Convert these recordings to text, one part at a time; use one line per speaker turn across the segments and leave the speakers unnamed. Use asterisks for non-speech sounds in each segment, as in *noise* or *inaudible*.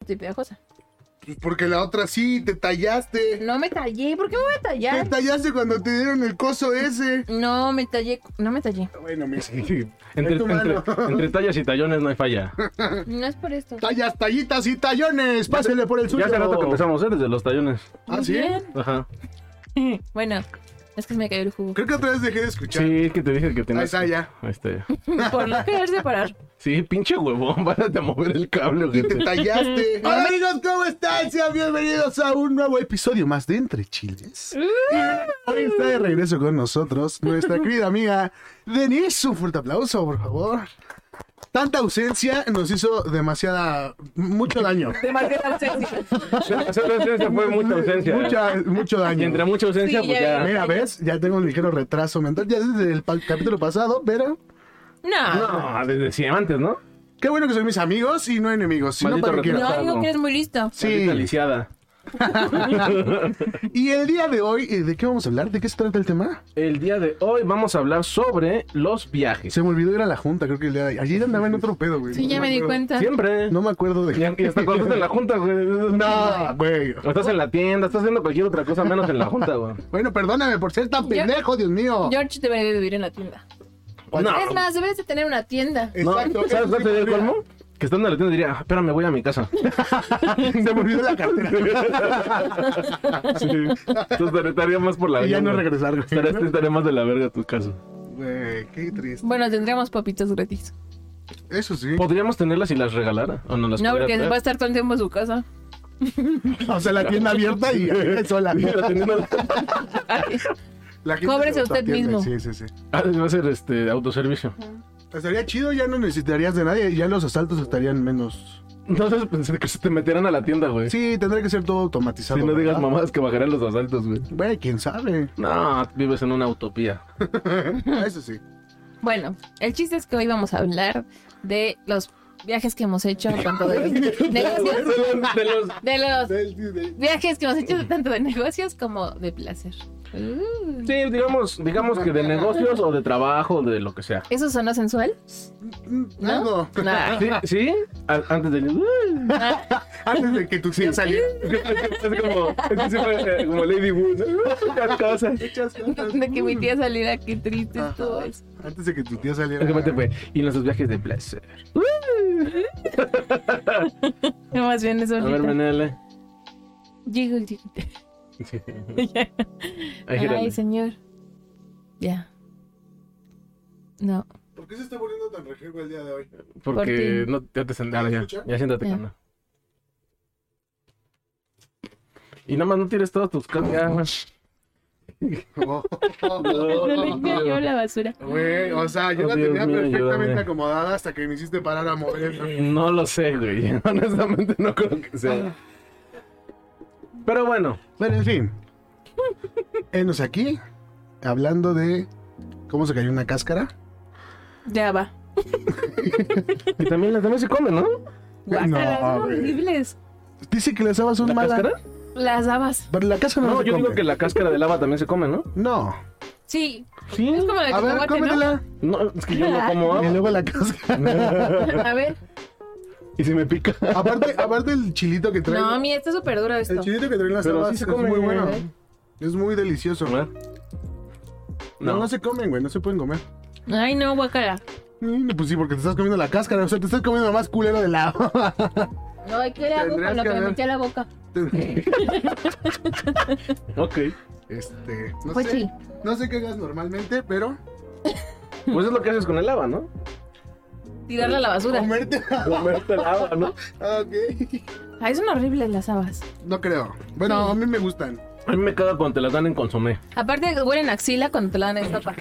estoy pegajosa.
Pues porque la otra sí, te tallaste.
No me tallé, ¿por qué me voy a
Te
tallar?
tallaste cuando te dieron el coso ese.
No me tallé, no me tallé.
Bueno, mira.
Entre,
Es tu mano.
entre- entre tallas y tallones no hay falla.
No es por esto.
Tallas, tallitas y tallones. Pásele por el suyo.
Ya hace rato que empezamos, ¿eh? Desde los tallones.
¿Ah,
Muy
sí?
bien.
Ajá.
Bueno, es que se me cayó el jugo.
Creo que otra vez dejé de escuchar.
Sí, es que te dije que tenías.
Ahí está, ya.
Ahí está
*laughs*
ya.
Por no querer separar.
Sí, pinche huevón, *laughs* párate a mover el cable,
Te
ojete. *laughs*
tallaste. Hola amigos, ¿cómo están? Sean bienvenidos a un nuevo episodio más de Entre Chiles.
Uh.
Y Hoy está de regreso con nosotros nuestra
*laughs*
querida amiga Denise. Un fuerte aplauso, por favor. Tanta ausencia nos hizo demasiada. mucho daño.
*laughs* Esa ausencia fue mucha ausencia.
Mucha- mucho
Y
daño.
entre mucha ausencia,
Sí,
pues
ya-
ya.
Mira, ¿ves? Ya tengo un ligero retraso mental. Ya desde el pa- capítulo pasado, pero.
No.
No, desde sí, antes, ¿no?
Qué bueno que son mis amigos y no enemigos. Si no,
Maldito
¿para qué quiero?
retraso.
No, digo que eres muy listo.
Sí.
Maldita lisiada.
Y el día de hoy, eh, ¿de qué vamos a hablar? ¿De qué se trata el tema?
El día de hoy vamos a hablar sobre los viajes.
Se me olvidó ir a la junta, creo que el día de ayer andaba en otro pedo, güey.
Sí,
No
ya me di
acuerdo.
cuenta.
Siempre.
No me acuerdo de
Ya, ya está cuando estás en la junta, güey.
No, güey.
O estás en la tienda, estás haciendo cualquier otra cosa menos en la junta, güey.
Bueno, perdóname por ser tan
Yo-
pendejo, Dios mío.
George debería de vivir en la tienda.
No.
Es más, deberías de tener una tienda.
No,
Exacto.
¿Sabes cuál sería el colmo? Que estando en la tienda diría, "Ah, espérame, voy a mi casa.
*laughs* Se me olvidó la
*laughs*
cartera.
Sí. *laughs* Entonces estaría más por la
Y ya no
verga.
regresar, güey.
Estarías- estaría más de la verga tu caso.
Güey, qué triste.
Bueno, tendríamos papitas gratis.
Eso sí.
Podríamos tenerlas si las regalara. O no las
No,
pudiera
porque
traer?
va a estar todo el tiempo en su casa.
O sea, la tienda abierta
*laughs*
y *laughs* sola.
Sí, la tienda-
Ay,
La gente
Cóbrese
se
usted
autoatiende,
mismo.
Sí, sí, sí.
*laughs* Ah, va a ser este autoservicio.
Estaría chido, ya no necesitarías de nadie, ya los asaltos estarían menos.
Entonces pensé que se te metieran a la tienda, güey.
Sí, tendría que ser todo automatizado.
si no
¿verdad?
digas mamadas que bajarán los asaltos, güey.
Güey, quién sabe. ¿eh?
No, vives en una
*laughs*
utopía. *laughs*
Eso sí.
Bueno, el chiste es que hoy vamos a hablar de los viajes que hemos hecho, tanto *laughs* de
De
negocios,
los- de los-
de los
Del- del-
viajes que hemos hecho *laughs* tanto de negocios como de placer. Uh,
sí, digamos, digamos que de negocios o de trabajo, de lo que sea.
¿Eso sonó sensual? ¿No?
Mm, Algo.
Nah.
Sí, sí, a- antes de
*laughs* Antes de que tu sí saliera.
es como, es que siempre, eh, como Lady Wood. ¿no? *laughs* Muchas cosas.
Muchas cosas.
*laughs* De que mi tía saliera, qué triste
Ajá.
estuvo eso.
Antes de que tu tía saliera.
Básicamente fue, Y nuestros viajes de placer.
No, más bien eso.
A ver, Menele.
Jiggle,
*laughs*
jiggle.
Sí. Ahí,
Ay,
gírale.
señor. Ya. No.
¿Por qué se está volviendo tan rejego el día *laughs* de hoy?
Por ti.
Porque no ya te sentaron ya.
¿Escucha?
Ya siéntate,
Ya.
carnal. Y nada más no tires todas tus cosas.
*laughs*
No le cayó la basura.
Güey, o sea, yo
Oh,
la
Dios
tenía
mío,
perfectamente
ayúdame.
acomodada hasta que me hiciste parar a *laughs* mover.
No lo sé, güey. *laughs* Honestamente no creo que sea. Pero bueno,
Bueno, en fin. Enos aquí, hablando de cómo se cayó una cáscara.
Ya va.
y también las demás se comen, ¿no?
Guácalas,
a
no,
ver.
horribles.
Dice que las habas son
¿La
malas.
cáscara?
Las habas.
Pero la cáscara no,
No,
se
yo digo
come.
que la cáscara de lava también se come, ¿no?
No.
Sí.
Sí.
Es como la
A ver,
cacahuate, ¿no?
cómetela.
No, es que yo no
*laughs*
como
Y
agua.
luego la
*laughs*
cáscara.
*laughs* A ver.
Y si me pica.
aparte, aparte el chilito que trae.
No, mira, está súper duro
el
esto.
chilito que traen las
Pero
habas
sí se
es
come,
muy bueno.
¿eh?
Es muy delicioso. No,
No,
no se comen, güey. No se pueden comer.
Ay, no, guacala.
Mm, Pues sí, porque te estás comiendo la cáscara. O sea, te estás comiendo lo más culero de la. *laughs*
No, hay que hago
Tendrás
con lo
que
que me
ver.
metí a la boca.
Ok.
este. No
Pues
sé.
sí.
No sé qué hagas normalmente, pero.
Pues es lo que haces con el lava, ¿no?
Tirarla a la basura.
Comerte.
Comerte lava, ¿no?
Ah, ok.
Ay, son horribles las habas.
No creo. Bueno,
Sí.
a mí me gustan.
A mí me caga cuando te las dan en consomé.
Aparte de que huelen a axila cuando te la dan en tapa.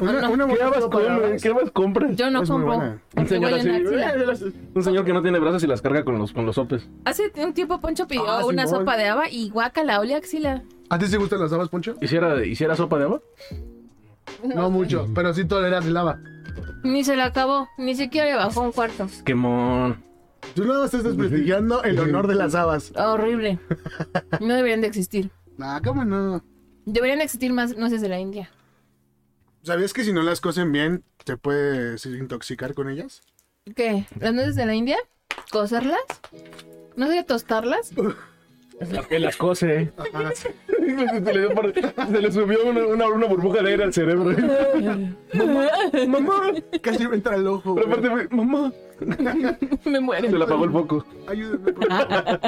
Una,
no.
una
¿Qué
buena
habas
sopa de
comes?
habas
¿Qué habas compras?
Yo no
Es muy
compro.
buena.
Un
porque
señor así,
huelen a axila.
"Eh, un señor que no tiene brazos y las carga con los, con los sopes.
Hace un tiempo Poncho pidió
Ah,
una
Simón.
sopa de haba y guacala, olía a axila.
¿A ti te gustan las habas, Poncho?
¿Hiciera, hiciera sopa de agua?
No mucho, pero sí toleras el haba.
Ni se la acabó, ni siquiera le bajó un cuarto.
Quemón.
Tú no estás desprestigiando el honor de las habas. *laughs*
Horrible. No deberían de existir.
Ah, ¿cómo no?
Deberían de existir más nueces de la India.
¿Sabías que si no las *laughs* cocen bien, te puedes intoxicar con ellas?
¿Qué? ¿Las nueces de la India? cocerlas. No sé,
*laughs*
tostarlas.
La que las *laughs* cose. se, le dio por- se le subió una, una, una burbuja de aire al
*laughs*
cerebro. mamá, mamá.
Casi me entra el ojo.
Pero
güey.
aparte, fue, mamá.
Me muero.
Se la apagó el foco.
Ayúdenme, por favor.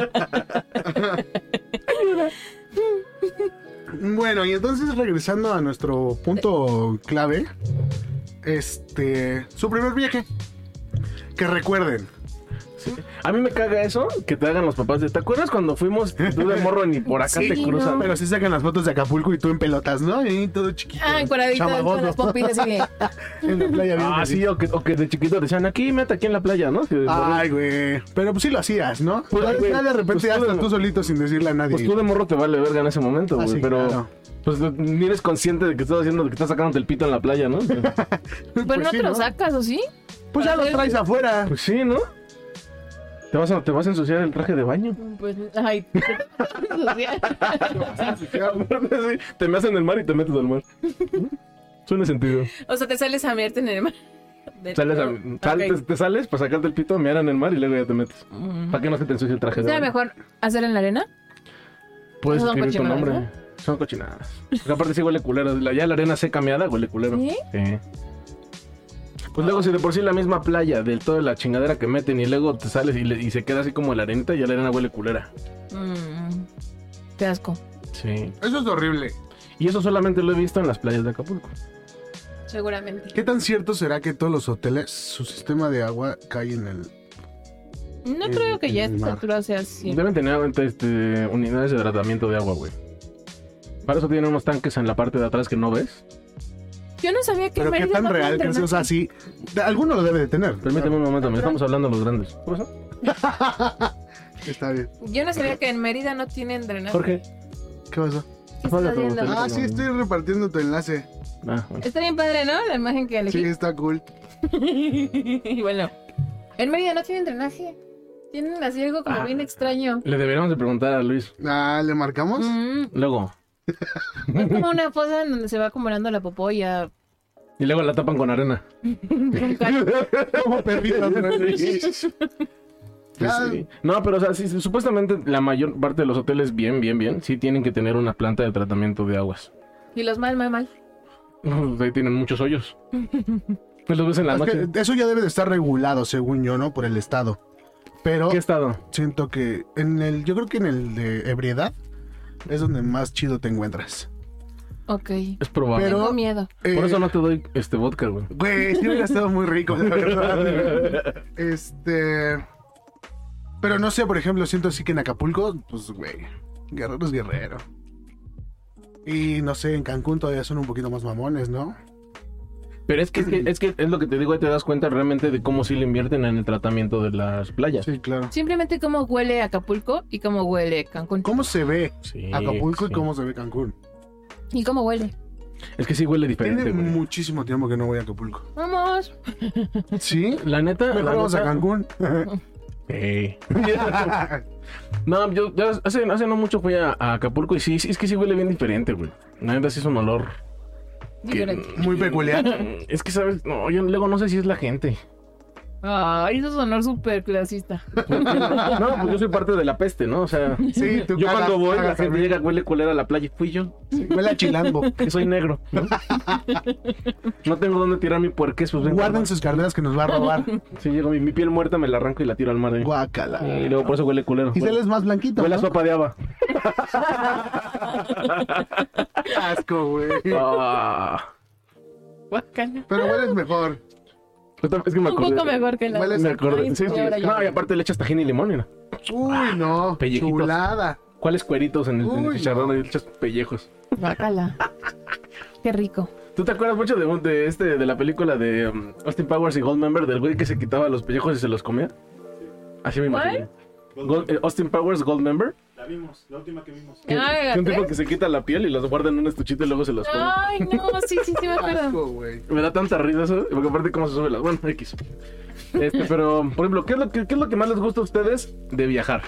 bueno, y entonces regresando a nuestro punto clave, este, su primer viaje. Que recuerden,
A mí me caga eso que te hagan los papás de. ¿Te acuerdas cuando fuimos tú de morro ni por
*laughs*
acá
Sí,
te
Ah.
cruzan?
pero si sacan las fotos de Acapulco y tú en pelotas, ¿no? Y todo chiquito.
Ah, encueradita
chamagoso,
con las pompis así de.
*laughs* En la playa. bien
Ah,
así.
sí, o que, o que de chiquito decían aquí, mete aquí en la playa, ¿no? Que de morro-
Ay, güey. Pero pues sí lo hacías, ¿no?
Pues,
Ya-
güey,
ya de repente
pues,
ya
tú
estás
de-
tú solito sin decirle a nadie.
Pues tú de morro te vale verga en ese momento,
Ah,
güey.
sí,
pero
claro.
pues ni eres consciente de que estás haciendo, que estás sacándote el pito en la
*laughs*
playa, ¿no?
Pero
Pues
no
sí,
te lo sacas, ¿o eh, sí?
Pues ya lo traes afuera.
Pues sí, ¿no? Te vas a, te vas a ensuciar el traje
*laughs*
de baño.
Pues, ay.
*laughs* Sí, te me hacen el mar y te metes al mar. Suena sentido.
o sea, te sales a mearte en el mar. De-
Sales a- sal-
Ok.
te, te sales para sacarte el pito, mear en el mar y luego ya te metes.
Mm.
¿Para que no se te ensucie el traje
¿Es
de
era
baño?
mejor hacer en la arena?
Puedes
Son
escribir tu
cochinadas,
nombre. Son cochinadas. Porque aparte sí huele culero. La- Ya la arena seca meada huele culero.
¿Sí?
Pues luego si de por sí la misma playa del todo la chingadera que meten y luego te sales y, le- y se queda así como la arenita, ya la arena huele culera.
Mm, Qué asco.
Sí.
Eso es horrible.
Y eso solamente lo he visto en las playas de Acapulco.
Seguramente.
¿Qué tan cierto será que todos los hoteles, su sistema de agua cae en el...
No
En-
creo que
en
ya a
el
esta
mar.
altura sea así.
Deben tener este, unidades de tratamiento de agua, güey. Para eso tienen unos tanques en la parte de atrás que no ves.
Yo no sabía que
Pero qué
Mérida
tan
no había
real que
internet.
sea, o sea, sí. de- Alguno lo debe de tener.
Permíteme un momento, me estamos hablando los grandes. ¿Por eso?
Está bien.
Yo no sabía que en Mérida no tienen drenaje.
Jorge.
¿Qué pasó?
¿Qué
Hola,
estás
¿cómo
viendo?
estás?
Ah, sí, estoy repartiendo tu enlace.
Ah, bueno.
Está bien padre, ¿no? La imagen que
Sí,
elegí.
está cool.
*laughs* Y bueno, en Mérida no tienen drenaje. Tienen así algo como
Ah.
bien extraño.
Le deberíamos de preguntar a Luis.
Ah, ¿le marcamos?
Mm,
Luego.
es como una fosa en donde se va acumulando la popoya.
Y luego la tapan con arena.
*laughs* Como perrito.
*laughs*
Pues
Ya.
sí. No, pero o sea, sí, supuestamente la mayor parte de los hoteles, bien, bien, bien, sí tienen que tener una planta de tratamiento de aguas.
Y los mal, mal, mal.
No, pues, Ahí tienen
*laughs*
muchos hoyos. Pues los ves en la
Es que
noche.
eso ya debe de estar regulado, según yo, ¿no? Por el Estado. Pero
¿Qué estado?
siento que en el, yo creo que en el de ebriedad es donde más chido te encuentras.
Ok.
Es probable.
Pero-
Tengo miedo.
Por
Eh,
eso no te doy este
*laughs*
vodka, güey.
Güey, sí hubiera estado muy rico, la verdad. Este. Pero no sé, por ejemplo, siento así que en Acapulco, pues, güey, guerrero es guerrero. Y no sé, en Cancún todavía son un poquito más mamones, ¿no?
Pero es que, es que es que es lo que te digo, ahí te das cuenta realmente de cómo sí le invierten en el tratamiento de las playas.
Sí, claro.
Simplemente cómo huele Acapulco y cómo huele Cancún.
¿Cómo se ve
Sí,
Acapulco y
sí.
cómo se ve Cancún?
¿Y cómo huele?
Es que sí huele diferente,
Tiene
güey.
muchísimo tiempo que no voy a
*laughs*
Acapulco.
Vamos.
¿Sí?
La neta, la
Mejor vamos a
neta-
Cancún.
Ey. *laughs* No, yo, yo hace, hace no mucho fui a, a Acapulco y sí, sí, es que sí huele bien diferente, güey. La neta sí es un olor. que-
Diferente.
Muy
*laughs*
peculiar.
Es que, ¿sabes? No, yo luego no sé si es
*laughs*
la gente.
Ay, eso sonó súper clasista.
*laughs* No, pues yo soy parte de la peste, ¿no? O sea,
Sí, tú
yo
cagas-
cuando voy, la
cagas
gente
horrible.
llega, huele culera a la playa. Fui yo,
Sí, Huele a
*laughs*
chilango.
que soy negro.
*laughs*
No, No tengo dónde tirar mi puerqués, pues vengo.
Guarden sus carteras que nos va a robar.
*laughs* Sí, llego, mi, mi piel muerta me la arranco y la tiro al mar. ¿eh?
Guácala.
Y luego por eso huele culero.
Y
Huele,
sales más blanquito.
huele a
¿no?
sopa
*laughs*
de haba.
Qué asco,
*laughs*
güey.
Ah.
Guacana.
Pero hueles mejor.
Es que me
Un
acordé.
poco mejor que la.
Huele-
Me acordé.
Ay,
sí, sí.
ahora ya.
No, y aparte le echas tajín y limón, mira.
Uy, no.
pellejitos.
Chulada.
¿Cuáles cueritos en el, en el
Uy,
chicharrón? Ahí Le echas pellejos.
Guacala. *laughs* Qué rico.
¿Tú te acuerdas mucho de, un- de este de la película de um, Austin Powers y Goldmember del güey que se quitaba los pellejos y se los comía? Así me
¿Cuál?
imaginé. Gold- eh, Austin Powers Goldmember,
La vimos, la última que vimos.
que,
Ay,
que un tipo
¿eh?
que se quita la piel y los guarda en un estuchito y luego se los come.
Ay, no, sí, sí, sí me acuerdo.
Asco, güey.
Me da tanta risa eso, porque aparte cómo se sube las bueno, X. Este, pero por ejemplo, ¿qué es lo que qué es lo que más les gusta a ustedes de viajar?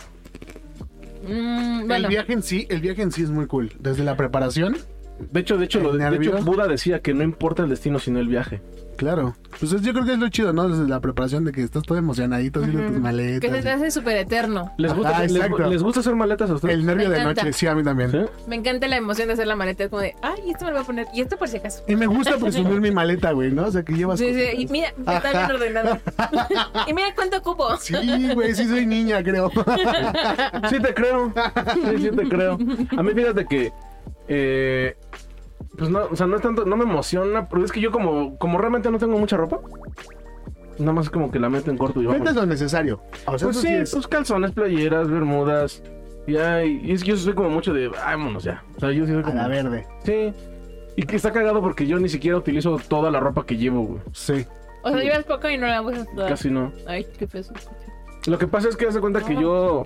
Mm, bueno,
El viaje en sí, el viaje en sí es muy cool. Desde la preparación.
De hecho, de hecho, lo de, de hecho
¿Nervios?
Buda decía que no importa el destino sino el viaje.
Claro. Pues es- yo creo que es lo chido, ¿no? Desde la preparación de que estás todo emocionadito haciendo tus
Que se te
maletas.
hace súper eterno.
¿Les gusta,
Ah,
les,
exacto.
les gusta hacer maletas a ustedes?
El nervio
Me
de
encanta.
noche, sí, a mí también.
¿Sí?
Me encanta la emoción de hacer la maleta. Es como de, ay, esto me lo voy a poner. Y esto por si acaso.
Y me gusta presumir mi maleta, güey, ¿no? O sea, que llevas.
Sí, sí,
cosas.
y mira, está bien
*laughs*
ordenado. *laughs* y mira cuánto cupo.
Sí, güey, sí soy niña,
*laughs*
creo.
Sí te creo. Sí, sí te creo. A mí fíjate que eh, pues no, o sea, no es tanto, no me emociona, pero es que yo como, como realmente no tengo mucha ropa, nada más como que la meto en corto y
Metas
vámonos.
lo necesario. O sea,
Pues
eso
sí,
sí es-
pues calzones, playeras, bermudas. Ya, y es que yo soy como mucho de vámonos ya. O sea, yo sí soy
A
como.
la verde.
Sí. Y que está cagado porque yo ni siquiera utilizo toda la ropa que llevo, güey.
Sí.
O sea, llevas poco y no la usas toda.
Casi no.
Ay, qué peso.
Lo que pasa es que haz de cuenta que yo,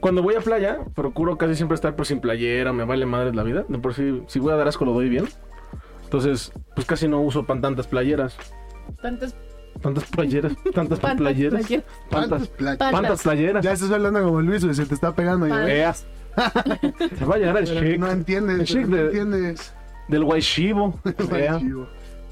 cuando voy a playa, procuro casi siempre estar pues sin playera, me vale madre la vida. De por si, si voy a dar asco lo doy bien. Entonces, pues casi no uso pan tantas playeras.
Tantas
Tantas playeras, tantas pan playeras.
playeras.
Tantas,
pla-
Pan-
tantas playeras.
Ya estás hablando como Luis, güey, se te está pegando. ya,
Pan-
güey.
Veas. Se va a llegar el chic
No entiendes,
Chic
no
de-
entiendes.
del guay chivo.
*laughs*
Vea.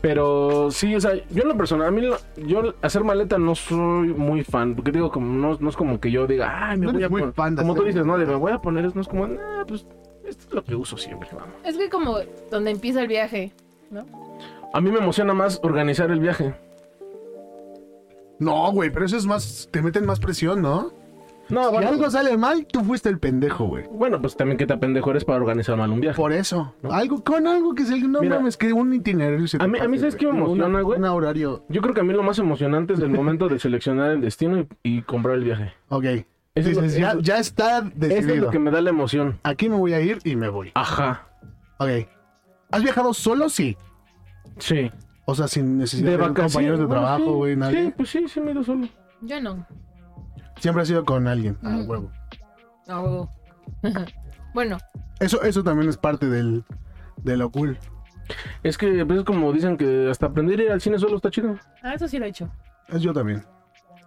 Pero sí, o sea, yo en lo personal, a mí lo- yo hacer maleta no soy muy fan, porque digo, como no, no es como que yo diga, ay, me
No
voy
eres
a
muy
poner,
fan de
como tú
hacer
dices, no, de me voy a poner, es- no es como, nah, pues, esto es lo que uso siempre, vamos.
Es que como donde empieza el viaje, ¿no?
A mí me emociona más organizar el viaje.
No, güey, pero eso es más. Te meten más presión, ¿no?
No,
Si
bueno,
algo sale mal, tú fuiste el pendejo, güey.
bueno, pues también que te pendejo eres para organizar mal un viaje.
Por eso. Algo, con algo que se. No
Mira.
mames, que un itinerario se te
A mí- a mí,
pase,
¿sabes qué
güey?
me emociona,
Un-
güey?
Un horario.
Yo creo que a mí lo más emocionante es el momento de seleccionar el destino y, y comprar el viaje.
Ok.
Eso es lo-
Dices, ya,
eso-
ya está
Eso es
decidido.
lo que me da la emoción.
Aquí me voy a ir y me voy.
Ajá,
Ok. ¿Has viajado solo? Sí.
sí.
O sea, sin necesidad
De
de, tener
vacaciones.
compañeros de
bueno,
trabajo,
sí.
güey, nadie.
Sí, pues sí, sí me he ido solo.
Yo no.
Siempre ha sido con alguien, a
Mm.
huevo.
No. Ah, huevo. *laughs* bueno,
Eso, eso también es parte del, de lo cool.
Es que pues, es como dicen que hasta aprender a ir al cine solo está chido.
ah, eso sí lo he hecho.
Es yo también.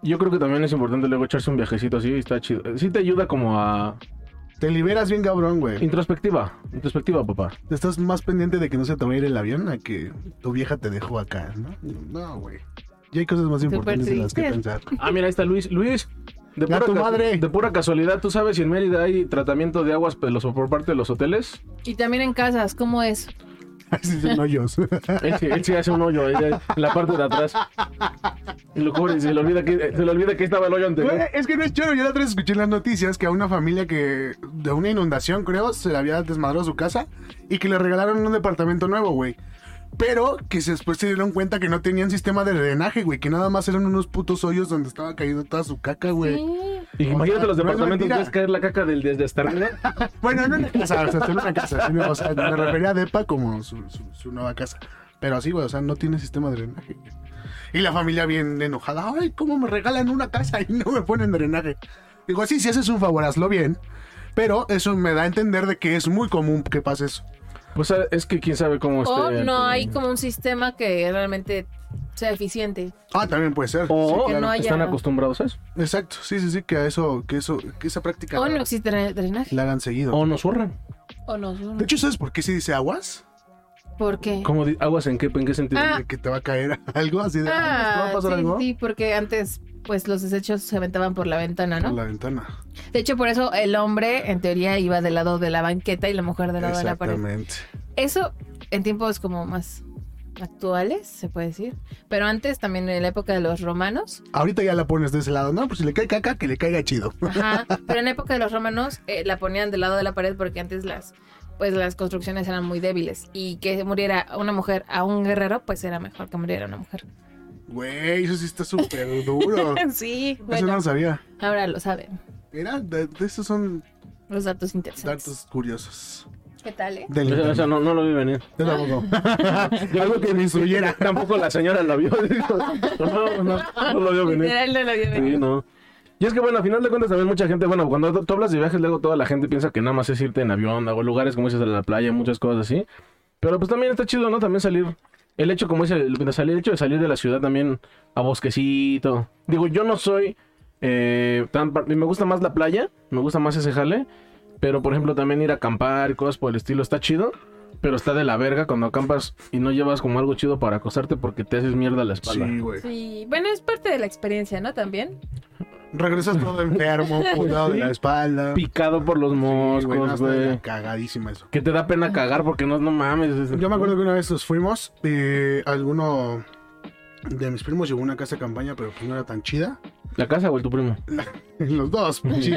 Yo creo que también es importante luego echarse un viajecito así, está chido. Sí te ayuda como a
Te liberas bien cabrón, güey.
introspectiva, introspectiva, papá.
Estás más pendiente de que no se te va a ir el avión a que tu vieja te dejó acá, ¿no? No, güey. Y hay cosas más
Súper
importantes en las que
triste.
pensar. *laughs*
Ah, mira, ahí está Luis. Luis, de
Ya
pura,
tu
ca-
madre.
de pura casualidad, ¿tú sabes si en Mérida hay tratamiento de aguas por los- por parte de los hoteles?
Y también en casas, ¿cómo es?
Así son *laughs* hoyos.
Él, sí- él sí hace un hoyo él- él- en la parte de atrás. Y lo cubre y se le olvida que, se le olvida que estaba el hoyo
Güey,
anterior.
es que no es choro. Yo la otra vez escuché en las noticias que a una familia que de una inundación, creo, se le había desmadrado su casa y que le regalaron un departamento nuevo, güey. Pero que se- después se dieron cuenta que no tenían sistema de drenaje, güey, que nada más eran unos putos hoyos donde estaba cayendo toda su caca, güey.
Sí.
Y imagínate los
No es
departamentos,
mentira.
ves caer la caca del desdesternero.
Bueno, no en una casa, o sea, solo en una casa. sino, o sea, me refería a Depa como su, su- su nueva casa. Pero así, güey, o sea, no tiene sistema de drenaje. güey. Y la familia bien enojada. Ay, ¿cómo me regalan una casa y no me ponen drenaje? Digo, sí, sí, haces un favor, hazlo bien. Pero eso me da a entender de que es muy común que pase eso.
Pues ah, es que quién sabe
pues,
cómo
O
esté,
Oh, no
eh,
hay como un sistema que realmente sea eficiente.
Ah, también puede ser.
O
que no
están
haya-
acostumbrados a eso.
Exacto, sí, sí, sí, que a eso, que eso, que esa práctica
O
la,
no existe dre- drenaje.
la hagan seguido.
O nos zurran.
O no. no.
De hecho, ¿sabes por qué se dice aguas?
¿Por qué?
¿Cómo di- aguas en qué, en qué sentido?
Ah.
De que te va a caer *laughs* algo así de. ¿Te va
Ah,
a pasar
sí,
algo?
sí, porque antes pues los desechos se aventaban por la ventana,
Por
¿no?
la ventana.
De hecho, por eso el hombre en teoría iba del lado de la banqueta y la mujer del lado de la pared.
Exactamente.
Eso en tiempos como más actuales, se puede decir. Pero antes también en la época de los romanos.
Ahorita ya la pones de ese lado, ¿no? Pues si le cae caca, que le caiga chido.
Ajá. pero en la época de los romanos eh, la ponían del lado de la pared porque antes las pues las construcciones eran muy débiles y que muriera una mujer a un guerrero pues era mejor que muriera una mujer.
Güey, eso sí está súper duro.
Sí,
Eso
*laughs*
no
bueno,
lo sabía.
ahora lo saben.
Mira, de, de esos son
Los datos interesantes.
datos curiosos.
¿Qué tal, eh?
Del
O sea,
internet.
no, no lo vi venir.
Yo tampoco. *laughs* Algo que me instruyera.
Tampoco la señora la
*laughs*
vio. No, no, no lo vio venir.
Literal, no lo había
*laughs*
Sí,
visto.
no. Y es que bueno, a final de cuentas también mucha gente, bueno, cuando tú- tú hablas de viajes, luego toda la gente piensa que nada más es irte en avión o lugares como dices de la playa, muchas cosas así. Pero pues también está chido, ¿no? También salir, el hecho como dice, el, de salir- el hecho de salir de la ciudad también a bosquecito. Digo, yo no soy eh, tan... par- Me gusta más la playa, me gusta más ese jale, pero por ejemplo también ir a acampar y cosas por el estilo está chido. pero está de la verga cuando acampas y no llevas como algo chido para acostarte porque te haces mierda a la espalda.
Sí, güey.
Sí, bueno, es parte de la experiencia, ¿no? También. *laughs*
Regresas todo enfermo, putado de la espalda.
Picado por los
Sí, güey, no,
moscos,
está de
güey.
la cagadísima eso.
Que te da pena cagar porque no, no mames. es-
Yo me acuerdo que una vez nos fuimos, eh, alguno de mis primos llegó a una casa de campaña, pero pues no era tan chida. *laughs*
¿La casa o el tu *laughs* primo?
Los dos, pues, sí.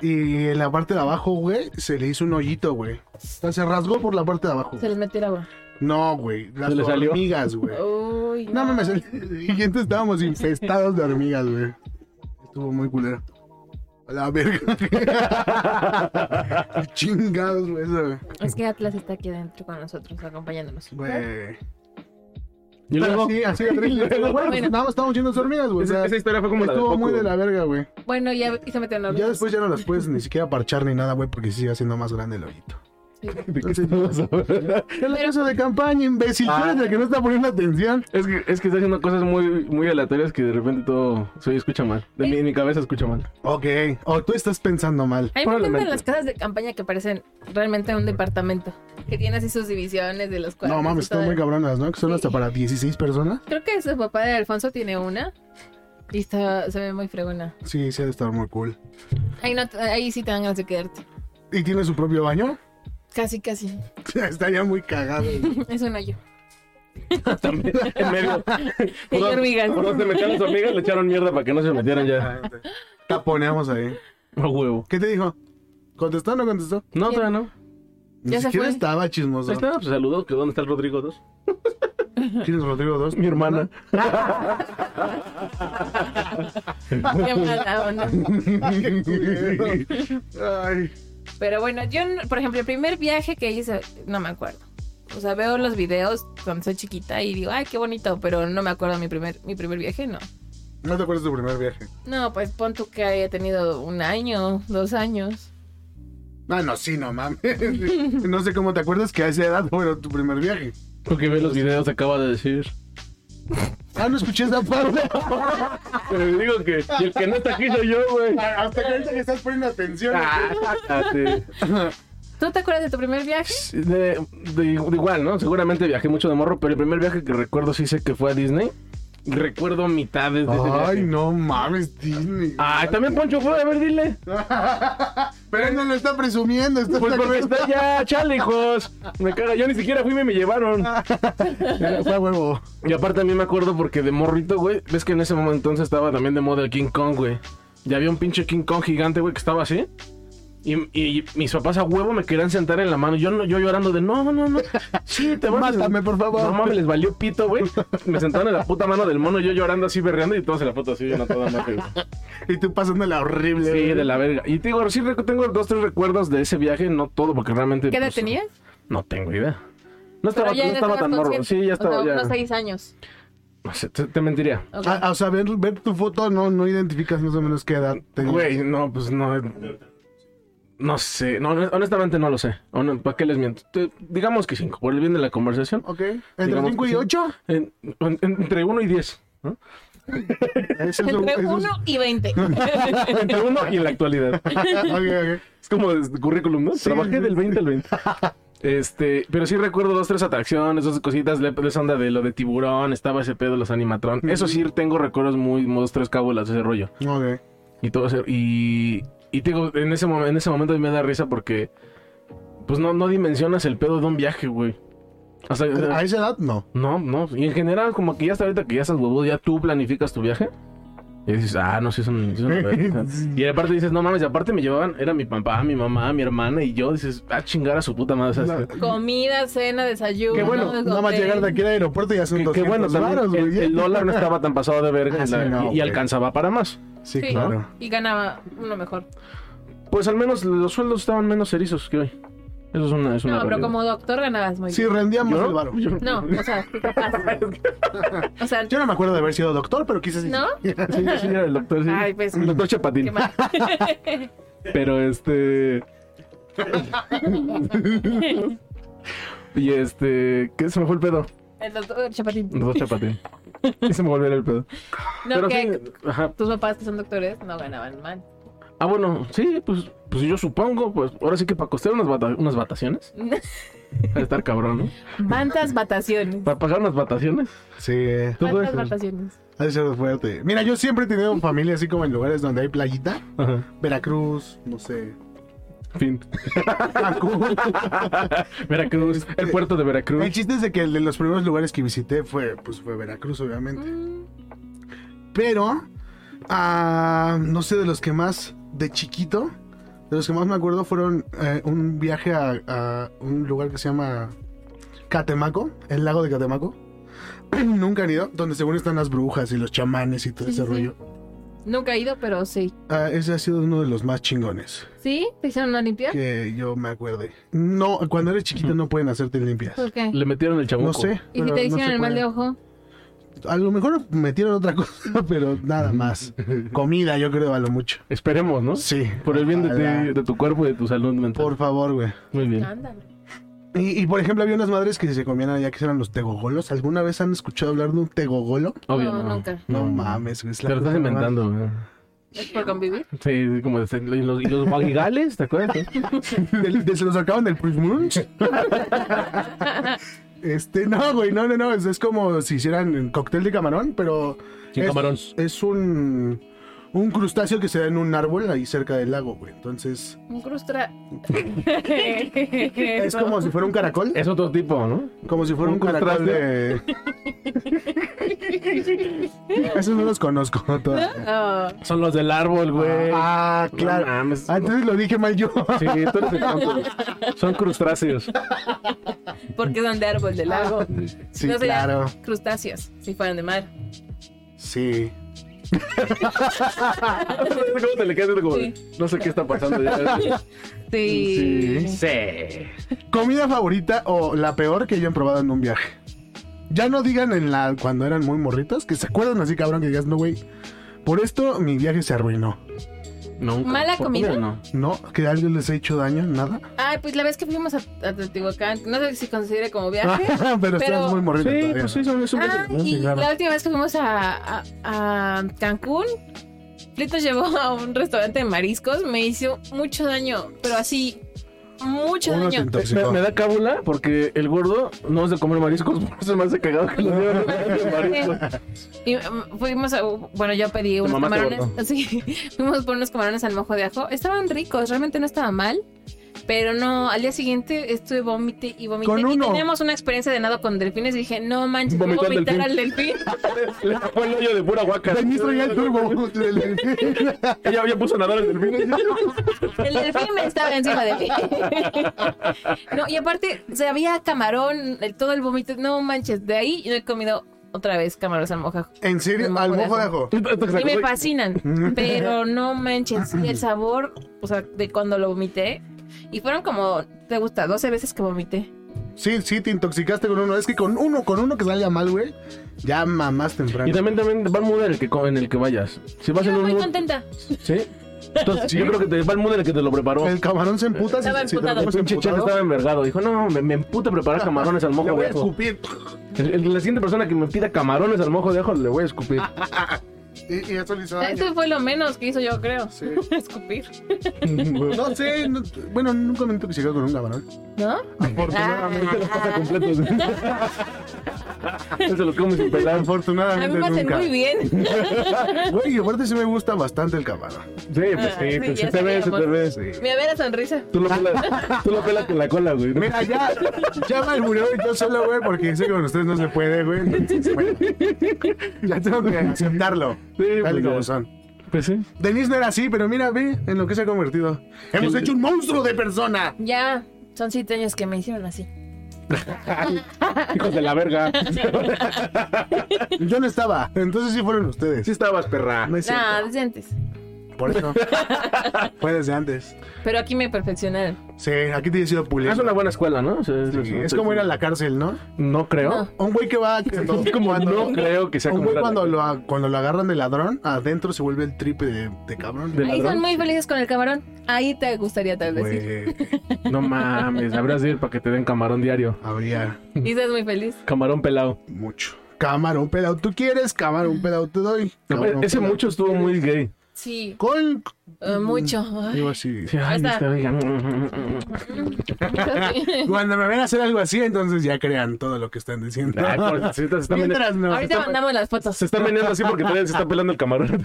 Y en la parte de abajo, güey, se le hizo un hoyito, güey. O sea, se rasgó por la parte de abajo.
Se les metió el agua.
No, güey. Las
¿Se le salió?
hormigas, güey.
Uy.
No mames, el siguiente estábamos infestados de hormigas, güey. Estuvo muy culero. A la verga. *laughs* Chingados, güey, eso, güey.
Es que Atlas está aquí adentro con nosotros, acompañándonos.
güey.
Y luego,
Así, así de
*laughs*
triste. Bueno, pues,
Bueno.
nada más estábamos llenos de hormigas, güey. O
esa,
sea,
esa historia fue como la de
estuvo
Poco,
muy de
güey.
la verga, güey.
Bueno, ya y se metió en la
Ya después ya no las puedes ni siquiera parchar ni nada, güey, porque sigue haciendo más grande el hoyito.
Sí.
¿De *laughs* qué estamos hablando?
Es la casa de campaña, imbécil. Tú
Ah.
eres el que no está poniendo atención.
Es que, es que está haciendo cosas muy, muy aleatorias que de repente todo se oye, escucha mal. De mi, en mi cabeza escucha mal.
Ok. O tú estás pensando mal.
A mí me encantan
Probablemente.
las casas de campaña que parecen realmente un departamento. Que tiene así sus divisiones de los cuartos.
No mames,
y todo.
están muy cabronas, ¿no? Que son hasta para 16 personas.
Creo que su papá de Alfonso tiene una. Y está, se ve muy fregona.
Sí, sí, ha de estar muy cool.
Ahí, no, te- ahí sí te dan ganas de quedarte.
¿Y tiene su propio baño? *laughs*
Casi, casi. *laughs*
Estaría muy cagado.
Es un hoyo.
*laughs* También, en medio.
Y hay
*laughs* Por-
hormigas.
por donde metían las hormigas le echaron mierda para que no se metieran ya.
Taponeamos ahí.
No huevo.
¿Qué te dijo? ¿Contestó o no contestó?
No, todavía no.
Ni
Ya se
siquiera
fue.
estaba chismoso.
Ahí está, pues saludó, que dónde está el Rodrigo 2.
¿Quién es Rodrigo 2?
Mi hermana.
Qué mala onda.
*laughs* Ay.
Pero bueno, yo, no- por ejemplo, el primer viaje que hice, no me acuerdo. O sea, veo los videos cuando soy chiquita y digo, ay, qué bonito, pero no me acuerdo mi primer, mi primer viaje, no.
¿No te acuerdas de tu primer viaje?
No, pues pon tú que haya tenido un año, dos años.
Ah, no, sí, no mames. *laughs* No sé cómo te acuerdas que a esa edad fueron tu primer viaje.
Porque ve los videos, acaba de *laughs* decir.
Ah, no escuché esa parte. *laughs*
Pero digo que y el que no está aquí soy yo, güey.
Hasta que ahorita que estás poniendo atención.
Ah.
¿Tú te acuerdas de tu primer viaje?
De, de- de igual, ¿no? Seguramente viajé mucho de morro, pero el primer viaje que recuerdo sí sé que fue a Disney. Recuerdo mitades de ese viaje.
Ay, no mames, Disney.
Ay, también Poncho fue, a
*laughs*
ver, dile.
Pero él no lo está presumiendo. Está
Pues
*laughs*
porque está ya, chale, hijos. Me caga, yo ni siquiera fui y me llevaron.
Fue a huevo.
Y aparte a mí me acuerdo porque de morrito, güey, ves que en ese momento entonces estaba también de moda el King Kong, güey. Y había un pinche King Kong gigante, güey, que estaba así. Y, y mis papás a huevo me querían sentar en la mano. Yo, no- yo llorando de, no, no, no. Sí, te vas a-
Mátame, por favor.
No mames, les valió pito, güey. Me sentaron en la puta mano del mono, yo llorando así, berreando y todos en la foto así, yo no toda madre, güey.
Y tú pasándola horrible.
Sí,
güey.
de la verga. Y te digo, sí recu- tengo dos, tres recuerdos de ese viaje, no todo, porque realmente...
¿Qué edad
pues,
tenías?
No tengo idea. No estaba,
Pero ya
no
ya
estaba tan
estabas
morro.
consciente.
Sí, ya
O sea,
estaba, ya.
unos seis años.
No sé, te- te mentiría.
Ok.
Ah, ah, o sea, ver, ver tu foto no, no identificas más o menos qué edad tenías.
Güey, no, pues no. No sé, no, no, honestamente no lo sé. Hon- ¿Para qué les miento? Te- digamos que cinco, por el bien de la conversación.
Ok. ¿Entre
Digamos
5
que
y
sí.
8?
En- en- entre uno y diez.
*laughs*
¿no?
Entre uno y
*laughs*
veinte. *laughs*
Entre uno y la actualidad.
*laughs* ok,
Es como de currículum, ¿no? Trabajé
sí,
del 20
*laughs*
al 20. Este, pero sí recuerdo dos, tres atracciones, dos cositas, la la onda de lo de tiburón, estaba ese pedo, los animatrón. Eso sí, tengo recuerdos muy, dos, tres cábulas de ese rollo.
ok. Ok.
Y todo ese- y, y te digo, en ese, momen- en ese momento me da risa porque pues no, no dimensionas el pedo de un viaje, güey. O sea,
A esa edad, no.
no, no. Y en general, como que ya hasta ahorita que ya estás huevudo, ya tú planificas tu viaje. Y dices, ah, no, sí, es un...
*laughs*
sí es una verga. y aparte dices, no mames, y aparte me llevaban, era mi papá, mi mamá, mi hermana y yo. Dices, ah, chingar a su puta madre. o sea,
No.
Comida, cena, desayuno.
Qué bueno,
Nada más
hotel.
llegar de aquí al aeropuerto ya son
que,
200
que bueno, también
varos, güey.
el, el dólar no estaba tan pasado de verga
Ah, sí,
la-
no,
y- y,
güey.
alcanzaba para más.
Sí,
Sí.
claro.
Y ganaba uno mejor.
Pues al menos los sueldos estaban menos erizos que hoy. Eso es una... Es una
No, pero
realidad.
como doctor ganabas muy
Sí,
bien.
rendía más
¿Yo?
el varo.
Yo-
No, o sea, tus papás. O sea,
Yo no me acuerdo de haber sido doctor, pero quizás sí.
¿no?
*laughs* Sí, yo sí era el doctor, sí.
Ay, pues.
El doctor
Qué
Chapatín.
mal. *laughs*
Pero este. y este. ¿Qué se me fue el pedo?
El doctor Chapatín.
El doctor Chapatín. Y se me volvió el pedo.
No,
Pero
que
sí. Ajá.
tus papás que son doctores no ganaban mal. *laughs*
Ah, bueno, sí, pues, pues yo supongo, pues ahora sí que para costear unas, bata- unas vacaciones. Va a estar cabrón, ¿no? *laughs*
¿Cuántas bataciones?
Para pagar unas vacaciones.
*laughs* Sí,
¿Tú puedes?
¿Cuántas bataciones?
ha de ser fuerte. Mira, yo siempre he tenido familia así como en lugares donde hay playita.
Ajá.
Veracruz,
*laughs*
no sé.
Fin.
Cancún.
Veracruz.
Este,
El puerto de
El
Veracruz.
chiste es de que el de los primeros lugares que visité fue, pues, fue Veracruz, obviamente.
Mm,
Pero, ah, no sé, de los que más de chiquito, de los que más me acuerdo fueron eh, un viaje a, a un lugar que se llama Catemaco, el lago de Catemaco. *clears throat* Nunca han ido, donde según están las brujas y los chamanes y todo
Sí,
ese
sí, sí.
rollo.
Nunca he ido, pero sí.
Ah, ese ha sido uno de los más chingones
¿Sí? ¿Te hicieron una limpia?
que yo me acuerde. No, cuando eres chiquito no pueden hacerte limpias.
¿Por qué?
Le metieron el chabuco.
No sé.
¿Y
pero
si
no
te hicieron
se
el mal
puede.
de ojo?
A lo mejor metieron otra *laughs* cosa, pero nada más. Comida, yo creo, a lo mucho.
Esperemos, ¿no?
Sí.
Por el bien de,
Ojalá.
ti, de tu cuerpo y de tu salud mental.
Por favor, güey.
Muy bien.
Ándale.
Y, y, por ejemplo, había unas madres que se comían allá que eran los tegogolos. ¿Alguna vez han escuchado hablar de un tegogolo?
Obvio,
No,
no.
nunca.
No mames, güey. es
Mm. Te
la
lo estás
cosa más-
inventando, güey.
¿Es por convivir?
Sí, sí, como de- y los, y los guagigales, ¿te *laughs* acuerdas?
*laughs* Del- de- se lo sacaban del
*laughs*
Prismunch. este, no, güey, no, no, no. Es, es como si hicieran un cóctel de camarón, pero.
Sin
es,
camarón.
Es un. Un crustáceo que se da en un árbol ahí cerca del lago, güey. Entonces.
Un crustra...
*laughs* Es
es
como si fuera un caracol.
Es otro tipo, ¿no?
Como si fuera un,
Un
caracol
crustáceo.
de.
*laughs*
Esos no los conozco
Oh,
todavía.
Son los del árbol, güey.
Ah, claro.
No mames.
Antes lo dije mal yo.
Sí, tú eres el tonto. *laughs* Son crustáceos.
porque son de árbol del lago.
Ah, Sí,
no serían
claro.
crustáceos, si fueran de mar.
Sí.
¿Cómo te le quedas viendo como de, No sé qué está *laughs* pasando ya?
Sí.
Sí.
¿Comida favorita o la peor que hayan probado en un viaje? Ya no digan en la cuando eran muy morritos, que se acuerdan así cabrón que digas, no güey, por esto mi viaje se arruinó.
Nunca.
¿Mala
¿Por
comida?
qué No.
No, que alguien les ha hecho daño, nada.
Ay, pues la vez que fuimos a, a Teotihuacán, no sé si considere como viaje.
*laughs* pero estabas muy morrito.
Sí,
todavía,
pues
¿no?
sí, son, es un
Ah,
¿no?
y
Sí, claro.
la última vez que fuimos a, a- a Cancún, Plito llevó a un restaurante de mariscos, me hizo mucho daño, pero así, mucho
Uno te
daño.
intoxicó.
Me, me da cábula porque el gordo no es de comer mariscos, *laughs* por eso me hace cagado que los llevan *laughs* de mariscos.
Y mm, fuimos a, bueno, yo pedí unos
mamaste, gordo.
camarones, *laughs* sí, fuimos por unos camarones al mojo de ajo, estaban ricos, realmente no estaba mal. Pero no, al día siguiente estuve vómite y vómite.
Con
Y
uno.
teníamos una experiencia de nado con delfines y dije, no manches, voy a
Vomitó al
vomitar
delfín.
al delfín.
*laughs*
Le tapó el hoyo de pura guaca.
El ministro ya el turbo.
*laughs* Ella ya puso a nadar el delfín. *laughs*
El delfín me estaba encima de mí. No, y aparte, se había camarón, el- todo el vómito. No manches, de ahí yo he comido otra vez camarones al mojajo.
en serio, al mojo de ajo.
Y me fascinan,
*laughs*
pero no manches, y el sabor, o sea, de cuando lo vomité. Y fueron como, ¿te gusta? 12 veces que vomité.
Sí, sí, te intoxicaste con uno. Es que con uno, con uno que salga mal, güey, ya mamás temprano.
Y también, también va el mood en el que, co- en el que vayas. Si vas
Yo
en un
muy
mood.
contenta.
Sí. Entonces, yo creo que te va el mood en el que te lo preparó.
El camarón se emputa. si-
Estaba
si te lo
emputado.
comes
El pinche chef
emputado.
estaba envergado. Dijo, no, me, me
*laughs*
emputa preparar camarones al
Le
mojo
voy
de
a
ajo.
escupir.
El- el- la siguiente persona que me pida camarones al mojo de ajo, le voy a escupir.
Ah.
*laughs*
Y, y eso le hizo daño.
Esto fue lo menos que hizo yo, creo.
Sí.
*laughs* Escupir.
No sé, no- bueno, nunca me he intoxicado con un camarón.
¿No?
Afortunadamente,
los pasa
*laughs*
completos. Él se los come sin pelar.
A mí me
afortunadamente
hacen
nunca.
muy
*laughs*
bien.
Güey, y aparte sí me gusta bastante el camarón.
Sí, pues
Ah, sí,
sí, pues,
ya
se te ve, se te ve.
Sí.
Me ve la sonrisa.
Tú lo pelas, tú lo pelas con la cola, güey.
Mira, ya, ya murmuró yo solo, güey, porque sé que con ustedes no se puede, güey. Entonces, bueno, ya tengo que aceptarlo.
Sí,
tal y
pues,
como
ya.
son.
Pues sí.
Denise no era así, pero mira, ve en lo que se ha convertido. Hemos hecho un monstruo de persona.
Ya son siete años que me hicieron así.
Hijos de la
*laughs*
verga.
Yo no estaba, entonces sí fueron ustedes.
Sí estabas, perra.
Ah, No es cierto.
Nada, desde antes.
Por eso. *laughs* Fue desde antes.
Pero aquí me perfeccionaron.
Sí, aquí te he sido pulido.
Es una buena escuela, ¿no? O sea, es,
Sí, es como ir a la cárcel, ¿no?
No creo.
No.
Un güey que va. Cuando,
Como
cuando-
no creo que sea
un
como
güey
ir a la-
cuando lo, a- cuando lo agarran de ladrón, adentro se vuelve el triple de, de cabrón.
De
Ahí
ladrón.
son muy felices con el camarón. Ahí te gustaría tal vez ir.
Güey,
No mames, habrás de ir para que te den camarón diario.
habría
*laughs* Y estás muy feliz.
Camarón pelado.
mucho. Camarón pelado, tú quieres, camarón pelado te doy. Camarón
Ese
pelado.
mucho estuvo muy gay.
Sí,
Con. Mm.
eh, mucho.
*laughs*
Ay,
Digo así.
Sí, ay,
Ahí está.
está, oiga.
Cuando me ven hacer algo así, entonces ya crean todo lo que están diciendo.
Ay, Ah, por- se está- se está meneando-
*laughs* Mientras no.
Ahorita mandamos las fotos.
se está meneando así porque todavía se está pelando el camarón.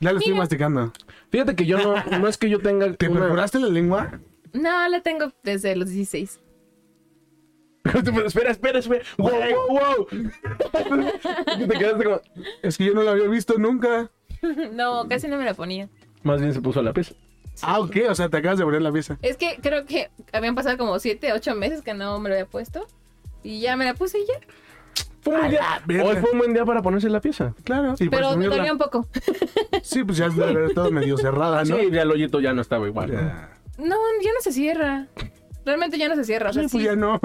Ya lo estoy
Mira.
masticando.
*laughs* Fíjate que yo no, no es que yo tenga.
¿Te
una-
perforaste la lengua?
No, la tengo desde los 16.
Pero espera, espera, espera. Wow, *laughs* wow, wow. Te quedaste como.
Es que yo no lo había visto nunca.
*laughs* No, casi no me la ponía.
Más bien se puso a la pieza.
Ah, ok, o sea, te acabas de poner la pieza.
Es que creo que habían pasado como 7, 8 meses que no me lo había puesto. Y ya me la puse y ya.
Fue un buen
A
día.
la verga.
Hoy fue un buen día para ponerse la pieza.
Claro. Y
Pero me
presumirla.
dolía un poco. *laughs*
Sí, pues ya es todo medio cerrada, ¿no?
Sí, ya el hoyito ya Ah, no estaba igual. ¿no?
Ya.
No, ya no se cierra. Realmente ya no se cierra. O sea,
Sí, pues
sí.
ya
*laughs*
no.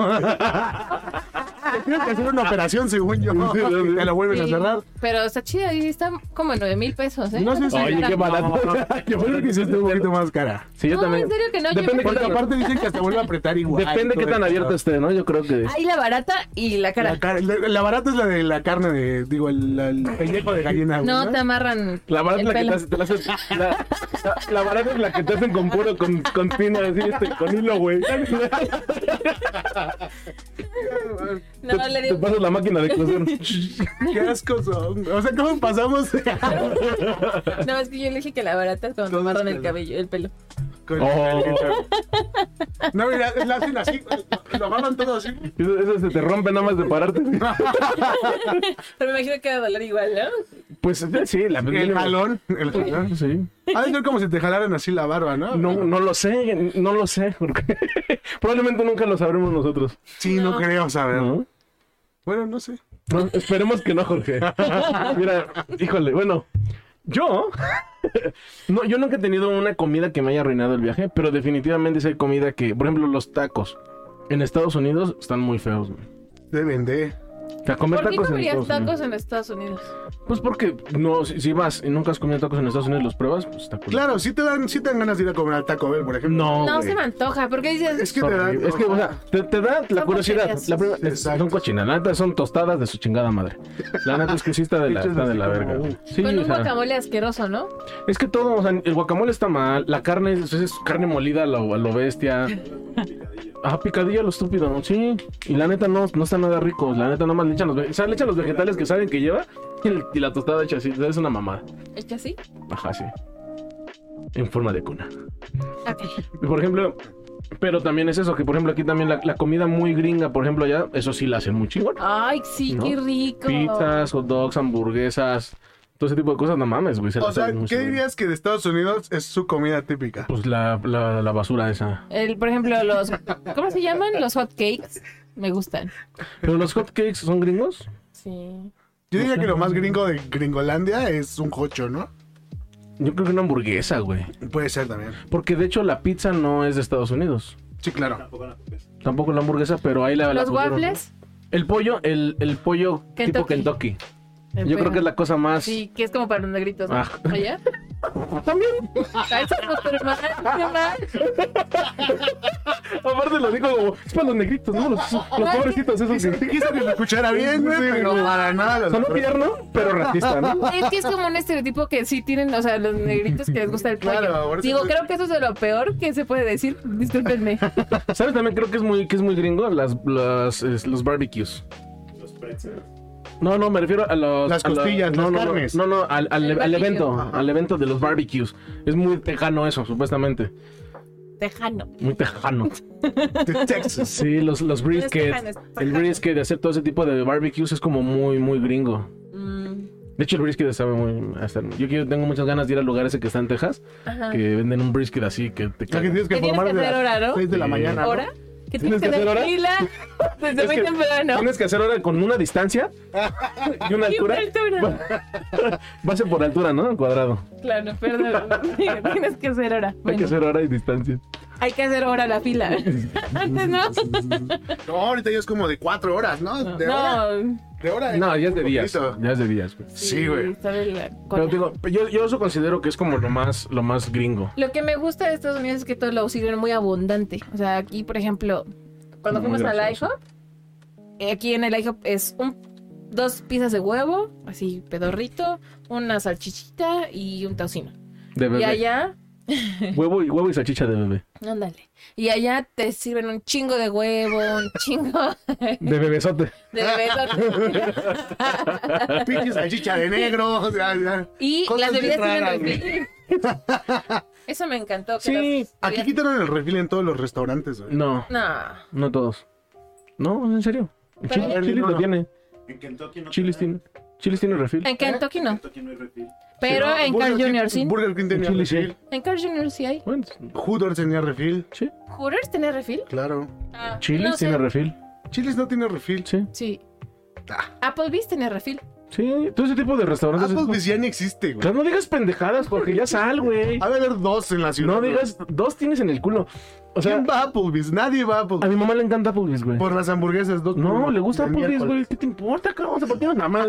Tienes que hacer una operación, según yo. Te la vuelven a
Sí,
cerrar.
Pero está chida y está como en 9 mil pesos, ¿eh?
No sé si-
Oye, qué barato. *laughs*
Yo creo que sí está un poquito más cara.
Sí, yo
No,
también.
en serio que no, yo
Depende
creo
qué
Porque
que
tan,
aparte dicen que hasta vuelve a apretar igual.
depende qué
todo
tan
eso.
abierto esté, ¿no? Yo creo que.
Ahí la barata y la cara.
La, cara- la- la barata es la de la carne de, digo, el, la- el pellejo de gallina. güey,
No, te amarran.
La barata es
el
la
pelo.
que te hace- te la haces. La, la- la barata es la que te hacen con puro, con, con pino, así, este, con
*laughs*
hilo, güey.
No, le
Te
digo.
pasas la máquina de coser.
*laughs* Qué asco son. O sea, ¿cómo pasamos *laughs*
No, es que yo le dije que la barata es cuando te
Todas
amarran el
pelas.
cabello, el pelo. *laughs*
con
Oh.
No, mira, la hacen así, lo agarran todo así.
*laughs* Eso, eso se te rompe nada más de pararte.
Pero me imagino que va a doler igual, ¿no?
Pues eh, sí, la Ah, pues
El jalón, el jalón.
Sí.
Ha de ser como si te jalaran así la barba, ¿no?
No, no lo sé, no lo sé. porque *laughs* Probablemente nunca lo sabremos nosotros.
Sí, no, creo saber.
¿no?
Bueno, no sé.
No, Pues, esperemos que no, Jorge. Mira, híjole, bueno, yo. *laughs* No, yo nunca he tenido una comida que me haya arruinado el viaje, pero definitivamente sí hay comida que, por ejemplo, los tacos. En Estados Unidos están muy feos, güey.
Deben de.
O sea, comer
¿Por qué
tacos en
comerías
Estados Unidos-
tacos en Estados Unidos?
Pues porque no, si, si vas y nunca has comido tacos en Estados Unidos, los pruebas, pues está cool.
Claro, sí te dan, sí te dan ganas de ir a comer al Taco Bell, por ejemplo.
No,
No
güey.
se me antoja. ¿Por qué
Es
dices?
que te dan.
Horrible. Es que, o sea, te, te da la
Son
curiosidad.
cochinas.
La prueba- es-
Exacto.
son cochinas. La neta son tostadas de su chingada madre. La neta es que sí está de la,
Hechas
está de
así
la
como,
verga. güey.
uh,
Sí,
Con
o
un
sea,
guacamole asqueroso, ¿no?
es que todo, o sea, el guacamole está mal. La carne es, es carne molida a lo, a lo bestia. Ah, picadilla lo estúpido, ¿no? sí. Y la neta no, no está nada rico. La neta nomás le echan los, ve- o sea, le echan los vegetales que saben que lleva y, el- y la tostada hecha así. O sea, es una mamada.
Es que así.
Ajá, sí. En forma de cuna.
Ok.
Y, Por ejemplo, pero también es eso, que por ejemplo aquí también la, la comida muy gringa, por ejemplo allá, eso sí la hacen muy chingón.
Ay, sí,
¿No?
qué rico.
Pizzas, hot dogs, hamburguesas, todo ese tipo de cosas, no mames, güey. se
O
las
sea,
hacen muy
¿qué
chingón.
dirías que de Estados Unidos es su comida típica?
Pues la, la, la basura esa.
El, por ejemplo, los. ¿Cómo se llaman? Los hot cakes. Me gustan.
¿Pero los hotcakes son gringos?
Sí.
Yo diría
sé.
que lo más gringo de Gringolandia es un jocho, ¿no?
Yo creo que una hamburguesa, güey.
Puede ser también.
Porque de hecho la pizza no es de Estados Unidos.
Sí, claro.
Tampoco la hamburguesa, pero ahí Ah, la... la
Los
pusieron.
waffles.
El pollo, el, el pollo tipo
Kentucky.
Kentucky. Yo creo que es la cosa más...
Sí, que es como para los negritos. ¿no?
Ah. *laughs*
¿Allá?
También. *laughs*
Ay, eso es otro mal, qué mal.
Aparte lo digo como... Es para los negritos, ¿no? Los, los pobrecitos esos que-
Quise que lo escuchara bien, güey, pero para nada.
Sonó tierno, pero racista, ¿no?
Es que es como un estereotipo que sí tienen, o sea, los negritos que les gusta el pollo.
Claro, por eso
Digo,
te-
creo que eso es de lo peor que se puede decir. Discúlpenme.
¿Sabes también? Creo que es muy, que es muy gringo las, las, es- los barbecues. No, no, me refiero a los...
Las
a la-
costillas,
no,
las
no, no,
carnes.
No, no, al, al-
El
al
barbecue.
evento,
Ajá.
al evento de los barbecues. Es muy tejano eso, supuestamente.
*laughs* Tejano.
Muy
*laughs*
tejano.
De Texas.
Sí, los, los
tejano, es
brisket.
tejano.
El brisket de hacer todo ese tipo de barbecues es como muy, muy gringo.
Mm,
De hecho, el brisket sabe muy... hacer- Yo quiero- tengo muchas ganas de ir al lugar ese que está en Texas,
ajá.
que venden un brisket así, que te
O sea, que
cagas.
tienes que
¿Qué tienes
formar
que
de
hacer ahora,
las
no?
6 de la
Sí.
mañana. ¿no?
¿Ahora? ¿Qué
¿Tienes
tienes que
que hacer
hacer
hora? *laughs*
fila? Desde
Es
muy
que
temprano.
Tienes que hacer ahora con una
*laughs*
distancia y una
Y una
altura.
altura.
Va a ser por altura, ¿no? Al cuadrado.
Claro, perdón. Tienes que hacer hora.
Hay que
Bueno,
hacer hora y distancia.
hay que hacer hora la fila.
*laughs*
*laughs* Antes no.
No, ahorita ya es como de 4 horas, ¿no? De hora.
No.
De hora.
No, ya es de
Un
días.
poquito.
Ya es de días. güey.
Sí, güey.
sabe la cosa.
Pero digo, yo, yo eso considero que es como lo más, lo más gringo.
Lo que me gusta de Estados Unidos es que todo lo sirven muy abundante. O sea, aquí, por ejemplo, cuando
Muy
fuimos al
gracioso.
IHOP, eh, aquí en el IHOP es un dos piezas de huevo, así pedorrito, una salchichita y un tocino.
De
Y
bebé.
allá,
Huevo, y, huevo y salchicha de bebé.
ándale. Y allá te sirven un chingo de huevo, un *laughs* chingo
De bebesote.
de bebesote.
Pinche salchicha de negro. o sea, ya.
Y
*laughs* Cosas
las bebidas
bien
tienen
raras, güey.
refil. Eso me encantó. que
Sí.
las
Aquí
bebidas-
quitaron el refil en todos los restaurantes. güey.
No,
No.
no todos. No, en serio.
Pero-
Chile, Chile
No,
lo
no.
tiene.
En Kentucky no.
Chilis
te dan.
tiene. Chilis tiene refil.
En Kentucky no.
Kentucky no hay refil.
Pero
Sí, no,
en Carl
Burger
Jr.
King-
sí.
Burger King tenía
En Chile sí.
refil.
En Carl Jr. sí hay.
Bueno,
Hooters tenía refil.
sí.
¿Hooters tiene refil?
Claro.
Ah,
Chilis
no sé.
tiene refil.
Chilis no tiene refil.
Sí.
Sí.
Ah.
Applebee's tiene refil.
Sí. Todo ese tipo de restaurantes.
Applebee's ya ni existe, güey.
Claro, no digas pendejadas, porque ya sal, güey.
Ha de haber dos en la ciudad.
No
güey.
digas, dos tienes en el culo. O sea,
¿Quién va a Applebee's? Nadie va a
a
Applebee's.
mi mamá le encanta Applebee's, güey.
Por las hamburguesas, dos por
No,
uno.
le gusta
De
Applebee's,
miércoles.
güey. ¿Qué te importa, cabrón? O sea, ¿por qué no nada más?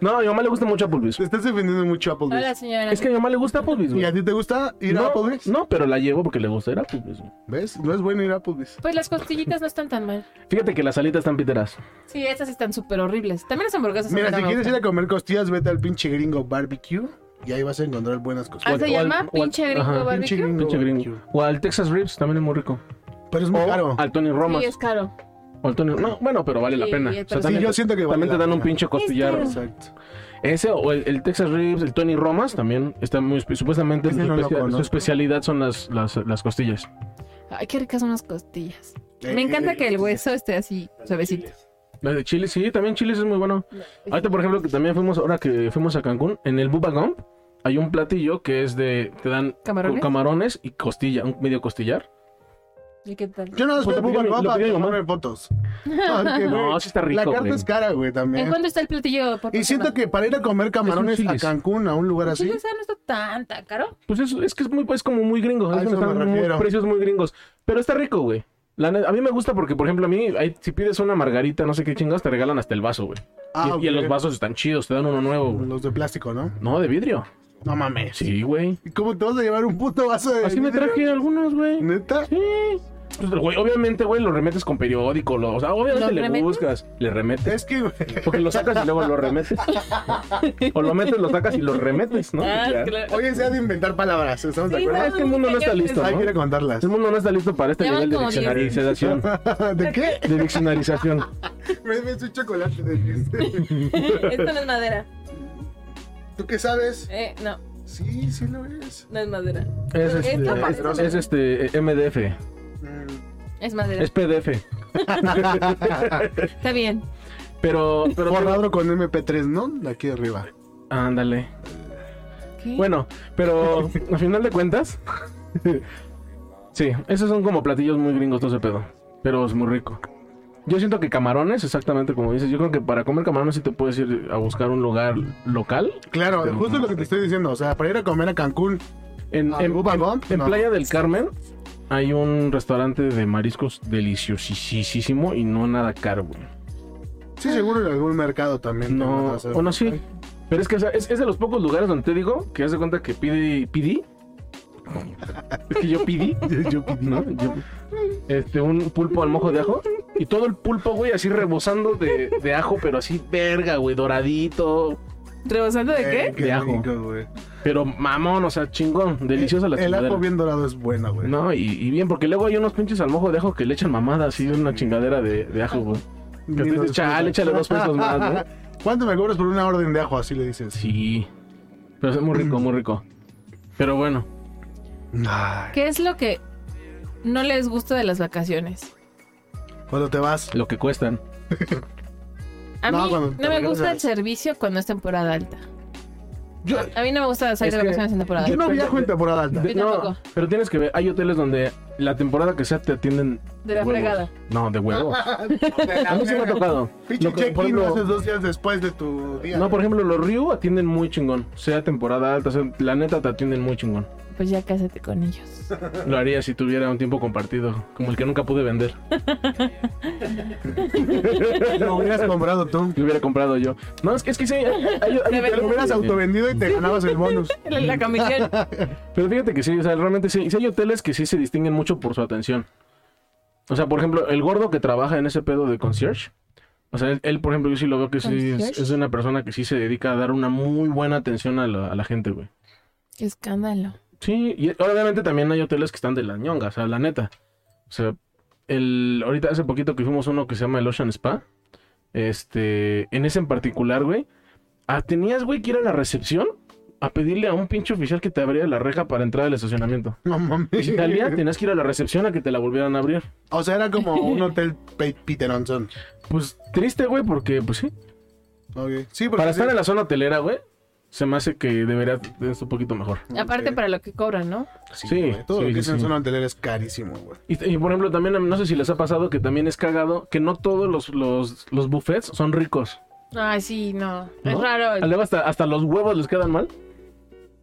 No, a mi mamá le gusta mucho Applebee's.
Te estás defendiendo mucho a Applebee's.
Hola, señora.
Es que a mi mamá le gusta Applebee's,
¿Y
güey.
a ti te gusta ir a
No,
Applebee's?
no, pero la llevo porque le gusta ir a Applebee's, güey.
¿Ves? No es bueno ir a Applebee's.
Pues las costillitas no están tan mal.
Fíjate que las alitas están piteras.
Sí, estas sí están súper horribles. También las hamburguesas.
Mira,
ahorita
si
me
quieres ir
gustan.
a comer costillas, vete al pinche gringo barbecue y ahí vas a encontrar buenas
Ah,
costillas.
se
o al-
llama
o al-
pinche gringo
ajá,
barbecue.
pinche
Pinche gringo.
barbecue.
O al Texas Ribs también es muy rico.
Pero es muy
o
caro.
al Tony Romas.
Sí, es caro.
O al Tony... No, bueno, pero vale la
Sí,
pena.
sí,
O sea,
pero-
Sí,
también,
yo siento que vale
también te
la
dan un
pena.
pinche costillar.
caro.
Exacto.
Ese o el, el Texas Ribs, el Tony Romas también está muy espe- supuestamente su,
Ese no lo
especia- su
conozco.
especialidad son las, las, las costillas.
Ay, qué ricas son las costillas.
Eh,
me encanta
eh,
que el hueso esté
eh,
así, suavecito.
Las de Chile, sí, también Chile es muy bueno. Ahorita, por ejemplo, que también fuimos, ahora que fuimos a Cancún, en el Bubba Gump hay un platillo que es de, te dan
¿Camarones?
camarones y costilla, un medio costillar.
¿Y qué tal?
Yo no las
Pues lo
pongo
pidió mi-
para
lo pidió mi mamá.
*laughs*
tomarme fotos. Porque,
No,
güey,
sí está rico,
La carta
güey.
es cara, güey,
¿En
también.
cuánto está el platillo? por
Y siento
persona?
que para ir a comer camarones a
Chili's.
Cancún, a un lugar
Sí,
así,
o sea, no está tan, tan caro.
Pues es, es que es, muy, es como muy gringo.
A
es
eso
donde
me
están muy-
refiero.
precios muy gringos. Pero está rico, güey. La ne- a mí me gusta porque, por ejemplo, a mí, ahí, si pides una margarita, no sé qué chingados, te regalan hasta el vaso, güey.
Ah,
y, y en
ok.
los vasos están chidos, te dan uno nuevo, güey.
los de plástico, ¿no?
No, de vidrio.
No mames.
Sí, güey.
¿Y ¿Cómo te vas a llevar un puto vaso de
Así me
vidrio?
traje algunos, güey.
¿Neta?
Sí. Pues, güey, obviamente, güey, lo remetes con periódico. Lo, o sea, obviamente
¿Lo
le
remetes?
buscas. Le remetes.
Es que, güey,
Porque lo sacas y luego lo remetes. o lo metes, lo sacas y lo remetes, ¿no?
Ah,
Ya.
claro. *laughs*
Oye, se ha de inventar palabras, ¿estamos de
Sí,
acuerdo?
no,
Es que el mundo no está listo,
Hay
¿no?
que contarlas.
El mundo no está listo para este
Ya van
nivel de
como diez.
*laughs*
diccionarización.
¿De qué?
De diccionarización.
Me ves un chocolate de
Esto no es madera.
¿Tú qué sabes?
Eh, no,
Sí, sí lo es.
no es madera.
Es
Esto
este,
parece-
es este eh, MDF.
Mm,
Es madera.
Es PDF.
Está bien.
Pero, pero
Borrado con MP3, ¿no? De aquí arriba.
ándale.
¿Qué?
Bueno, pero al final de cuentas. *laughs* sí, esos son como platillos muy gringos, todo ese pedo. Pero es muy rico. Yo siento que camarones, exactamente como dices, yo creo que para comer camarones sí te puedes ir a buscar un lugar local.
Claro,
Pero-
justo lo que te estoy diciendo. O sea, para ir a comer a Cancún,
En,
¿A
en,
Bubba
en-
Gump?
en
Ah, No.
Playa del Carmen hay un restaurante de mariscos deliciosísimo y no nada caro, güey.
sí, seguro en algún mercado también. te
No,
vas a hacer.
bueno, sí. Pero es que o sea, es, es de los pocos lugares donde te digo que haz de cuenta que pide, pidí. Es que
*laughs*
yo pidí. Yo pidí, ¿no? Yo- este, un pulpo al mojo de ajo. Y todo el pulpo, güey, así rebosando de, de ajo, pero así verga, güey, doradito.
¿Rebosando de
Eh,
qué?
qué
De ajo.
rico, güey.
Pero mamón, o sea, chingón. Deliciosa la
El ajo
chingadera.
bien dorado es bueno, güey.
No, y, y bien, porque luego hay unos pinches al mojo de ajo que le echan mamada, así una chingadera de, de ajo, güey.
Ni
Que tú
nos
dices, chale,
cuesta".
échale dos pesos más, ¿no?
*laughs* ¿Cuánto me cobras por una orden de ajo? Así le dices.
Sí. Pero es muy rico, muy rico. Pero bueno.
Ay,
¿Qué es lo que no les gusta de las vacaciones?
cuando te vas.
lo que cuestan.
A mí
No,
no,
cuando te
me
regresas.
gusta el servicio cuando es temporada alta.
Yo,
A mí no me gusta salir
Es
de
que-
vacaciones en temporada
yo
alta.
no viajo en temporada alta.
Yo tampoco.
pero tienes que ver, hay hoteles donde la temporada que sea te atienden
De la
huevos.
fregada.
No, de huevo. A mí sí me ha tocado.
*laughs* Ah, Pinche
Lo que- por
check-in lo
ejemplo,
haces dos días después de tu día.
no, por ejemplo, los Ryu atienden muy chingón. Sea temporada alta, sea, la neta te atienden muy chingón.
Pues ya cásate con ellos.
Lo haría si tuviera un tiempo compartido, como el que nunca pude vender.
Lo hubieras comprado tú.
Lo hubiera comprado yo. No, es que, es que sí. hay- hay-
*laughs*
hay
Te lo hubieras
Sí.
autovendido y te ganabas el bonus.
La, *laughs* la comisión.
Pero fíjate que sí, o sea, realmente sí, sí hay hoteles que sí se distinguen mucho por su atención. O sea, por ejemplo, el gordo que trabaja en ese pedo de concierge, O sea, él, él, por ejemplo, yo sí lo veo que sí es,
Concierge.
es una persona que sí se dedica a dar una muy buena atención a la, a la gente, güey.
*laughs* Qué escándalo.
Sí, y obviamente también hay hoteles que están de la ñonga, o sea, la neta. O sea, el, ahorita hace poquito que fuimos a uno que se llama el Ocean Spa. Este, en ese en particular, güey. ah, tenías, güey, que ir a la recepción a pedirle a un pinche oficial que te abriera la reja para entrar al estacionamiento.
No
En
mames.
Italia *laughs* tenías que ir a la recepción a que te la volvieran a abrir.
O sea, era como un hotel Pe- Peter Hanson.
Pues triste, güey, porque, pues sí.
Ok. Sí, porque
Para
Pues sí.
estar en la zona hotelera, güey, se me hace que debería estar un poquito mejor.
Aparte
Ok.
para lo que cobran, ¿no?
Sí,
Sí,
güey, todo
sí,
lo que
sí,
es en
sí.
zona hotelera es carísimo, güey.
Y, y, por ejemplo, también no sé si les ha pasado que también es cagado que no todos los, los, los buffets son ricos.
Ay, sí, no. Es
¿no?
raro.
Luego hasta, hasta los huevos les quedan mal.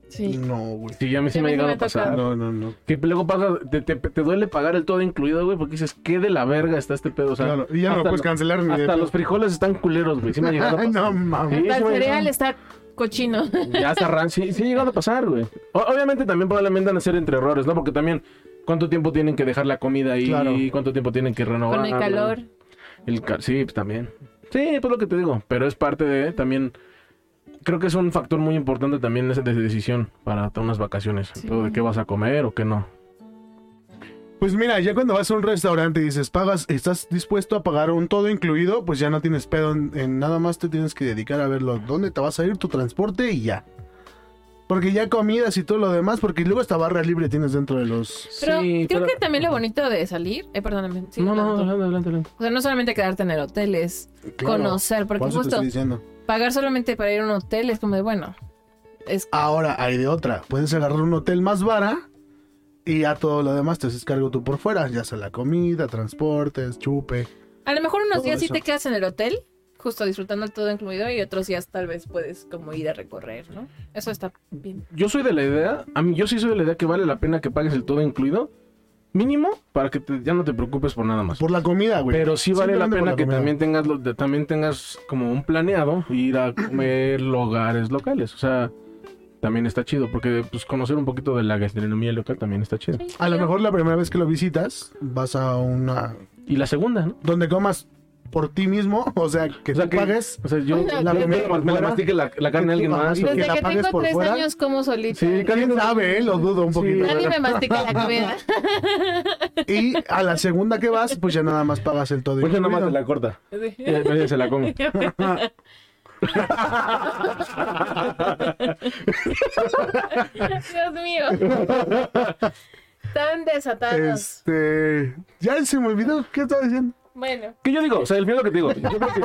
Sí.
No, güey.
Sí, ya me,
Sí,
sí
a
me ha
mí sí
llegado
me
a
ha
pasar.
tocado.
No, no, no.
Que luego pasa, te, te- te duele pagar el todo incluido, güey, porque dices, qué de la verga está este pedo. O sea,
Claro, y ya no lo
hasta
puedes cancelar ni de
Hasta
pedo.
los frijoles están culeros, güey. Sí me
*laughs*
ha llegado a pasar.
no mames.
Hasta el
güey,
cereal
no.
está cochino. *laughs*
Ya está ran, sí, sí ha llegado a pasar, güey. O- obviamente también probablemente van a ser entre errores, ¿no? Porque también, ¿cuánto tiempo tienen que dejar la comida ahí?
Claro.
¿Cuánto tiempo tienen que renovar? Ah,
Con el calor.
El ca- sí, pues también. Sí, pues lo que te digo. Pero es parte de también. Creo que es un factor muy importante también esa de decisión para tomar unas vacaciones.
Sí.
Todo de qué vas a comer o qué no.
Pues mira, ya cuando vas a un restaurante y dices, pagas, estás dispuesto a pagar un todo incluido, pues ya no tienes pedo en, en nada más, te tienes que dedicar a verlo, dónde te vas a ir, tu transporte y ya. Porque ya comidas y todo lo demás, porque luego esta barra libre tienes dentro de los...
Pero
Sí,
creo
pero-
que también lo bonito de salir, eh, perdóname. sí,
no, no,
tanto.
adelante, adelante, adelante.
O sea, no solamente quedarte en el hotel, es
Claro,
conocer, porque
por eso te
justo
estoy diciendo.
pagar solamente para ir a un hotel es como de bueno. Es
Ahora hay de otra, puedes agarrar un hotel más vara y ya todo lo demás te haces cargo tú por fuera, ya sea la comida, transportes, chupe.
a lo mejor unos
Todo
días sí
eso.
te quedas en el hotel, justo disfrutando el todo incluido y otros días tal vez puedes como ir a recorrer, ¿no? Eso está bien.
Yo soy de la idea. A mí, yo sí soy de la idea que vale la pena que pagues el todo incluido. Mínimo para que te- ya no te preocupes por nada más.
Por la comida, güey.
Pero sí vale la
Simplemente por
pena que
comida.
también tengas, lo- de- también tengas como un planeado ir a comer lugares locales. O sea, también está chido porque pues, conocer un poquito de la gastronomía local también está chido.
A lo mejor la primera vez que lo visitas, vas a una
Y la segunda, ¿no?
donde comas por ti mismo, *laughs* o sea, que
O sea,
tú
que-
pagues.
O sea, yo
O sea,
la
que-
primera me, me la mastique la, la carne a alguien más.
Ajá,
o-
que
Desde
la
que
pagues
tengo
por
tres
fuera.
años como solita.
Sí, cada-
¿Quién sabe? eh? Lo dudo un poquito.
Sí.
Nadie me mastica la
*laughs*
comida.
Y a la segunda que vas, pues ya nada más pagas el todo.
Pues ya nomás
incluido.
te la corta.
Sí.
Y después *laughs* ya se la *laughs* come.
*laughs* Dios mío. Tan desatados.
Este. Ya se me olvidó. ¿Qué estaba diciendo?
Bueno.
Que yo digo, o sea, al final lo que te digo. Yo creo que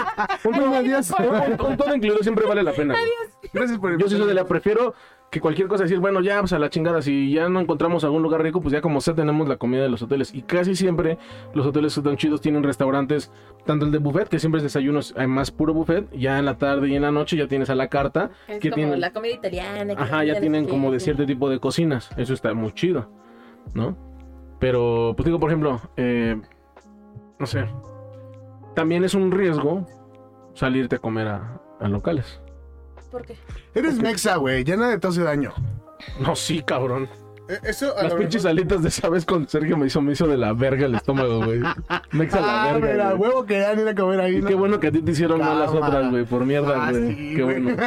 un, todo-
Adiós.
un- un todo incluido siempre vale la pena. güey.
Gracias por
Yo sí soy de la prefiero que cualquier cosa decir, bueno, ya, pues a la chingada, si ya no encontramos algún lugar rico, pues ya como sea tenemos la comida de los hoteles. Y casi siempre los hoteles tan chidos tienen restaurantes, tanto el de buffet, que siempre es desayunos, hay más puro buffet, ya en la tarde y en la noche ya tienes a la carta,
Es
que
como
tienen-
la comida italiana. que la
ajá,
comida
ya
no
tienen
sé
como
qué,
de
sí.
cierto tipo de cocinas, eso está muy chido, ¿no? Pero, pues digo, por ejemplo, eh, no sé, también es un riesgo salirte a comer a, a locales.
¿Por qué?
Eres mexa, güey. Ya nadie te hace daño.
No, sí, cabrón.
Eh, Eso a
Las
lo
pinches
mejor-
alitas de esa vez con Sergio me hizo, me hizo de la verga el estómago, güey. Me hizo la
Ah,
verga.
mira,
güey.
huevo que dan ir a comer ahí.
Y
¿no?
qué bueno que a ti te hicieron mal las
Cámara.
otras, güey, por mierda,
Ah,
güey.
sí,
qué
güey.
bueno.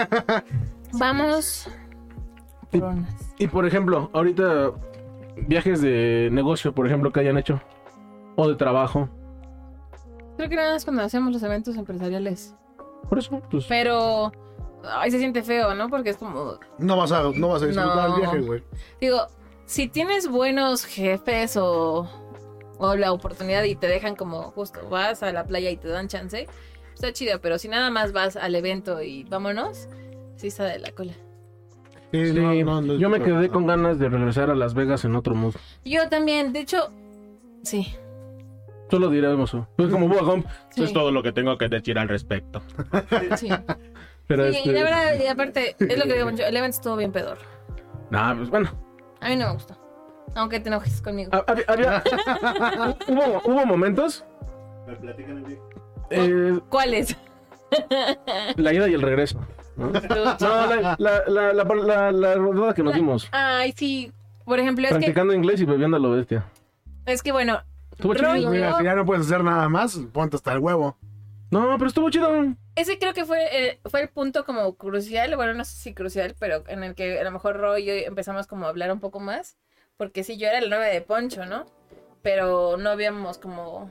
Vamos.
Y-
por unas.
Y por ejemplo, ahorita viajes de negocio, por ejemplo, que hayan hecho. O de trabajo.
Creo que nada más cuando hacemos los eventos empresariales.
Por eso, pues.
Pero. Ay, se siente feo, ¿no? Porque es como.
No vas a, no vas a disfrutar
No.
el viaje, güey.
Digo, si tienes buenos jefes o, o la oportunidad y te dejan como justo vas a la playa y te dan chance, está chido, pero si nada más vas al evento y vámonos, sí está de la cola.
Sí,
sí,
no, no, no,
yo me
no,
quedé
no.
con ganas de regresar a Las Vegas en otro mood.
Yo también, de hecho, sí.
Solo diremos eso. Pues como Boa Gump.
sí,
todo lo que tengo que decir al respecto.
sí.
Pero
Sí,
este.
y la verdad, y aparte, es lo que digo, yo, el evento estuvo bien pedor.
Nah, pues bueno.
A mí no me gustó. Aunque te enojes conmigo.
Ha- había- había-
*laughs*
hubo, hubo momentos. Eh,
¿Cuáles?
la ida y el regreso. ¿no? No, la, la, la, la, la- la rodada que nos dimos.
Ay, sí. Por ejemplo, es que,
Practicando inglés y bebiendo a lo bestia.
es que bueno,
Estuvo
Rollo.
chido.
Mira, si ya no puedes hacer nada más, ponte hasta el huevo.
No, pero estuvo chido.
Ese creo que fue, eh, fue el punto como crucial, bueno, no sé si crucial, pero en el que a lo mejor Roy y yo empezamos como a hablar un poco más, porque sí, yo era el novio de Poncho, ¿no? Pero no habíamos como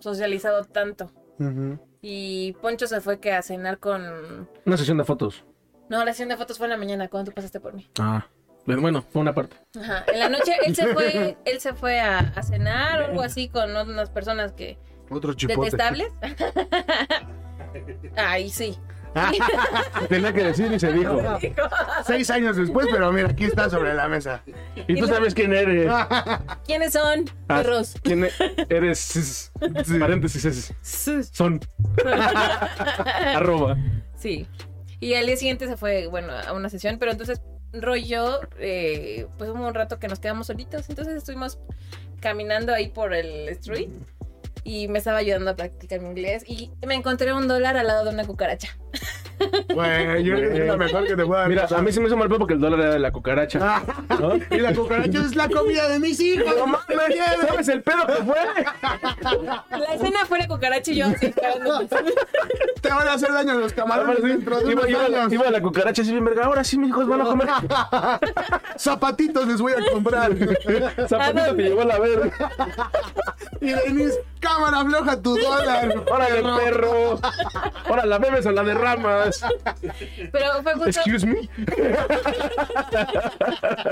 socializado tanto.
Ujú.
Y Poncho se fue que a cenar con...
Una sesión de fotos.
No, la sesión de fotos fue en la mañana, cuando tú pasaste por mí.
Ah. Pero Bueno, fue una parte.
Ajá. En la noche él se fue, él se fue a, a cenar o algo así con unas personas que...
Otro chipote.
¿Detestables? *laughs* Ay, sí.
Tenía que decir y se dijo.
*laughs* Seis años después, pero mira, aquí está sobre la mesa.
Y tú sabes quién eres.
Ah.
¿Quiénes son?
Ah,
Perros.
¿Quién e- eres? Sis. Paréntesis. es-
*laughs*
Son. Arroba.
Sí. Y al día siguiente se fue, bueno, a una sesión, pero entonces rollo, eh, pues hubo un rato que nos quedamos solitos, entonces estuvimos caminando ahí por el street y me estaba ayudando a practicar mi inglés y me encontré un dólar al lado de una cucaracha.
Bueno, yo creo que es la mejor que te pueda
Mira, a mí se me hizo mal pedo porque el dólar era de la cucaracha.
Ah,
¿no?
y la cucaracha es la comida de mis hijos.
No mames, ¿Sabes el pedo que fue?
La escena fue la cucaracha y yo así esperando. *laughs*
Te van a hacer daño los camarones dentro de
Iba,
unos
iba-
años.
iba la cucaracha así bien verga. Ahora sí, mis hijos van a
*laughs*
comer.
Zapatitos les voy a comprar.
Ah,
Zapatito te llevó a la verga.
Y Denise, cámara floja tu dólar.
Órale, perro. Ahora la bebes o la derramas. *laughs*
Pero fue justo...
Excuse me.
*laughs*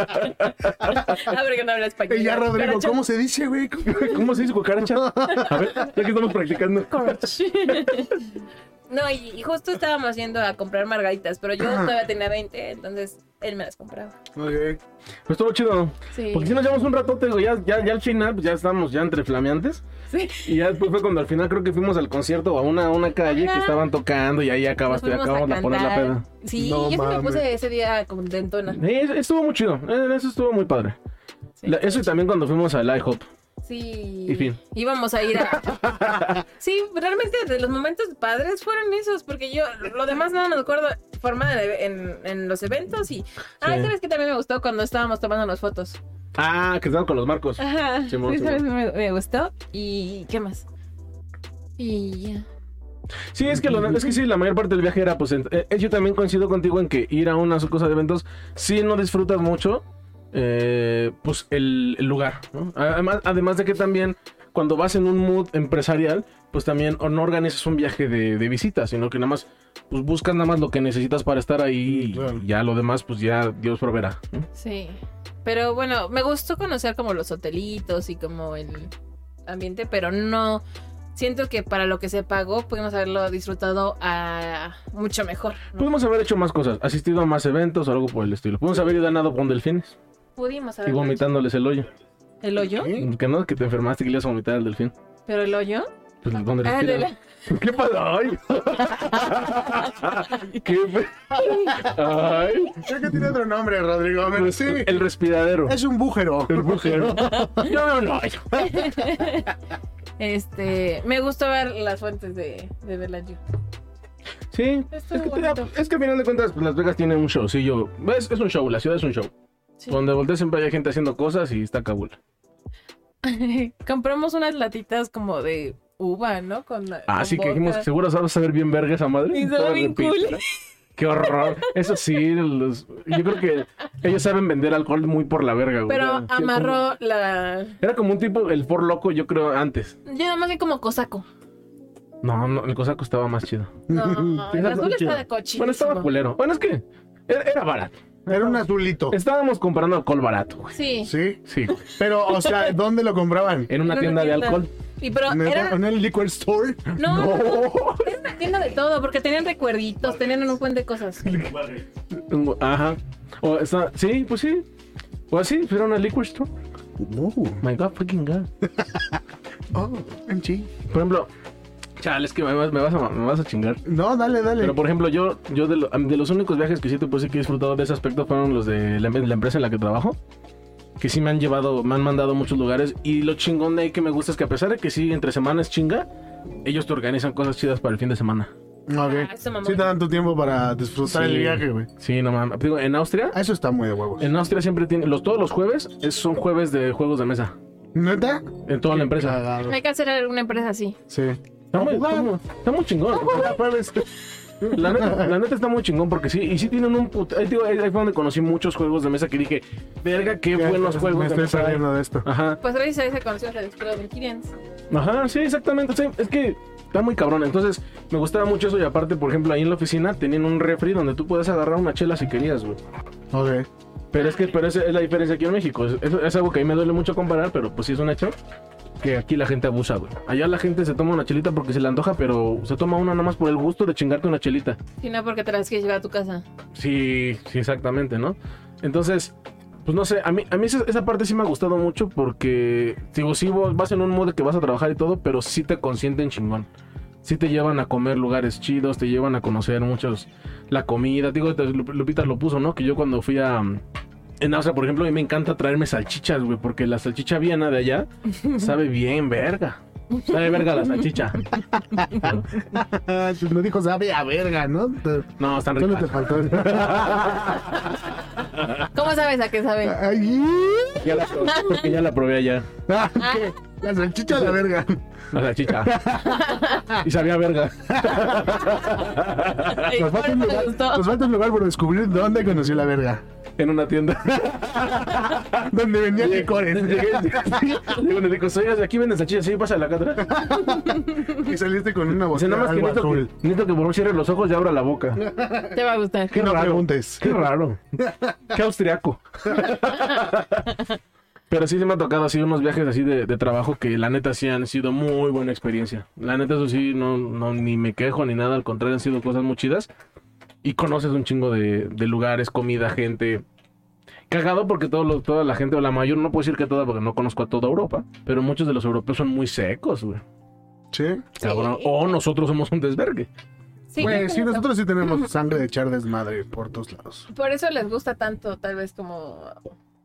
Ah, porque no habla español.
Y ya, Rodrigo,
Cucaracha.
¿cómo se dice, güey?
¿Cómo se dice cucaracha? A ver, ya que estamos practicando.
*laughs* No, y, y justo estábamos yendo a comprar margaritas, pero yo todavía tenía 20, entonces él me las compraba.
Ok.
Pero Pues estuvo chido.
Sí.
Porque si nos llevamos un ratote, güey, ya, ya, ya al final, pues ya estábamos ya entre flameantes.
Sí.
Y ya después fue cuando al final creo que fuimos al concierto o a una, a una calle
Ajá.
que estaban tocando y ahí
Nos
acabaste,
fuimos
acabamos de poner la
cantar.
peda.
Sí,
No
yo sí me
mames.
puse ese día contentona.
Sí, es- estuvo muy chido. Eh, Eso estuvo muy padre.
Sí.
La- eso y también cuando fuimos al IHOP.
Sí.
Y fin.
Íbamos a ir a.
*laughs*
sí, realmente de los momentos padres fueron esos, porque yo lo demás nada me acuerdo formada de- en, en los eventos y. Ah,
Sí.
sabes que también me gustó cuando estábamos tomando las fotos.
Ah, que estaban con los marcos.
Ajá.
Simón,
*laughs* sí, sabes,
Simón.
me, me gustó. ¿Y qué más? Y ya.
Sí, es que, lo- es que sí, la mayor parte del viaje era, pues, en- eh, yo también coincido contigo en que ir a una cosa de eventos, si no disfrutas mucho, eh, pues, el, el lugar, ¿no? Además, además de que también, cuando vas en un mood empresarial, pues también o no organizas un viaje de, de visita, sino que nada más, pues, buscas nada más lo que necesitas para estar ahí
Mm, claro.
y ya lo demás, pues, ya Dios proveerá. ¿no?
Sí. Pero bueno, me gustó conocer como los hotelitos y como el ambiente, pero no. Siento que para lo que se pagó pudimos haberlo disfrutado a mucho mejor. ¿no?
Pudimos haber hecho más cosas, asistido a más eventos o algo por el estilo. Pudimos haber ido a nado con delfines
Pudimos
y
haber
vomitándoles el hoyo.
el hoyo,
¿Eh?
Que no, que te enfermaste y que le ibas a vomitar al delfín.
pero el hoyo.
Pues, ¿dónde les
Ah, de
tiran?
la-
*laughs* ¿Qué pasa?
*laughs*
Ay. ¿Qué fe- Ay.
Creo que tiene otro nombre, Rodrigo. pero sí.
Pues, El respiradero.
Es un bújero.
*laughs* El bujero. No, no, no.
Este, me gustó ver las fuentes de, de Bellagio. *laughs*
Sí.
Estuvo
Es que, te da-
bonito.
es que al final de cuentas, pues, Las Vegas tiene un show. Sí, yo. Es, es un show, la ciudad es un show.
Sí.
Donde volteas siempre hay gente haciendo cosas y está cabul.
Compramos unas latitas como de uva, ¿no? Con la- con
Así Ah, que dijimos,
vodka.
seguro sabes ver bien verga esa madre.
Y estaba
Todo
bien
repite.
cool.
Qué horror. Eso sí, los- yo creo que ellos saben vender alcohol muy por la verga, güey.
Pero amarró la.
Era como un tipo, el por loco, yo creo, antes.
Yo nada más vi como cosaco.
No, no, el cosaco estaba más chido. *laughs*
No, el
Esa
azul
está
está
chida.
de coche.
Bueno, estaba culero. Bueno, es que era, era barato.
Era un azulito.
Estábamos comprando alcohol barato, güey.
Sí.
Sí.
Sí, güey.
Pero, o sea, ¿dónde lo compraban?
En
En una
una
tienda de
tienda.
alcohol.
Y pero
¿En el,
era.
en el liquor store?
No, no, no, era una tienda de todo, porque tenían recuerditos, tenían un buen de cosas.
Ajá. O está, sí, pues sí. O así, pero era una liquor store.
No.
My God, fucking God. Ah,
Oh, MG.
Por ejemplo, chale, es que me vas, me vas, a, me vas a chingar.
No, dale, dale.
Pero por ejemplo, yo, yo de, lo- de los únicos viajes que sí te puedo decir que he disfrutado de ese aspecto fueron los de la, em, la empresa en la que trabajo. Que sí me han llevado, me han mandado a muchos lugares. Y lo chingón de ahí que me gusta es que a pesar de que sí, entre semanas chinga, ellos te organizan cosas chidas para el fin de semana.
Ok.
Ah, eso, mamón.
sí te dan tu tiempo para disfrutar
Sí.
el viaje, güey.
Sí, no mames. Digo, en Austria,
Ah, Eso está muy de huevos.
en Austria siempre tienen, los, todos los jueves es- son jueves de juegos de mesa.
¿Neta?
En toda la empresa.
Cagado.
Hay que hacer una empresa así.
Sí. Ah,
Está muy, está muy- está muy chingón.
Cada jueves.
La neta, la neta está muy chingón porque sí, y sí tienen un puto. Ahí, te digo, ahí fue donde conocí muchos juegos de mesa que dije, verga, qué buenos juegos.
Me
de
estoy
mesa hay".
perdiendo de esto.
Ajá,
Pues gracias a esa conoció la lectura de Kirians.
ajá, sí, exactamente. sí, es que está muy cabrón. Entonces, me gustaba mucho eso. Y aparte, por ejemplo, ahí en la oficina tenían un refri donde tú puedes agarrar una chela si querías, güey.
Ok. *laughs*
Pero es que pero esa es la diferencia aquí en México. Es, es- es algo que a mí me duele mucho comparar, pero pues sí es un hecho. Que aquí la gente abusa, güey. Allá la gente se toma una chelita porque se le antoja, pero se toma una nada más por el gusto de chingarte una chelita.
Si no, porque te las quieres llevar a tu casa.
Sí, sí, exactamente, ¿no? Entonces, pues no sé, a mí, a mí esa, esa parte sí me ha gustado mucho porque, digo, sí vos vas en un modo que vas a trabajar y todo, pero sí te consienten chingón. Sí te llevan a comer lugares chidos, te llevan a conocer muchos, la comida. Digo, te- Lup- Lupita lo puso, ¿no? Que yo cuando fui a... mm, En Austria, por ejemplo, a mí me encanta traerme salchichas, güey, porque la salchicha viena de allá sabe bien verga. Sabe verga la salchicha.
no dijo sabe a verga, ¿no? Te-
No, están
Solo te
ricas.
faltó.
¿Cómo sabes a qué sabe?
*laughs* Ay,
*laughs* Ya la, probé, porque ya la probé allá.
ah, ¿qué? La salchicha a la verga.
La salchicha. y sabía verga. *laughs*
Ay,
*laughs* Nos falta,
¿cuál
un
me
lugar,
gustó?
nos falta un lugar por descubrir dónde conoció la verga.
En una
*laughs*
tienda.
Donde vendían licores.
Llegué llegué y le digo, soy de aquí venden salchichas, sí, pasa la catra.
*laughs* Y saliste con una
Dice,
botella
nada más que
algo
necesito, que
azul.
necesito que por favor cierre los ojos y abra la
*laughs*
boca.
Te va a gustar.
Que no
raro.
preguntes.
Qué raro. Qué austriaco. Pero sí se me ha tocado así unos viajes así de, de trabajo que la neta sí han sido muy buena experiencia. La neta eso sí, no, no ni me quejo ni nada, al contrario han sido cosas muy chidas. Y conoces un chingo de, de lugares, comida, gente. Cagado porque todo lo- toda la gente, o la mayor, no puedo decir que toda porque no conozco a toda Europa, pero muchos de los europeos son muy secos, güey.
Sí.
Cabrón. O nosotros somos un desvergue.
Sí, creo
Pues
que
sí,
eso-
nosotros sí tenemos sangre de echar desmadre por todos lados.
Por eso les gusta tanto, tal vez, como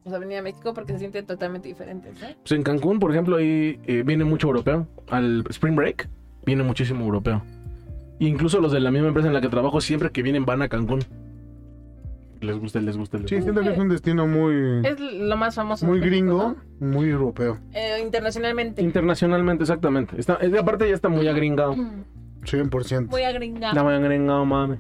o sea, venir a México, porque se sienten totalmente diferentes, ¿eh?
Pues en Cancún, por ejemplo, ahí eh, viene mucho europeo. Al Spring Break viene muchísimo europeo. E incluso los de la misma empresa en la que trabajo, siempre que vienen van a Cancún. Les gusta, les gusta, les
Sí,
gusta.
siento que es un destino muy,
Es lo más famoso.
muy
de México,
gringo, muy europeo.
¿no? Eh, internacionalmente.
Internacionalmente, exactamente. Está, es- aparte ya está muy agringado.
100%.
Muy agringado.
Está muy agringado, mami.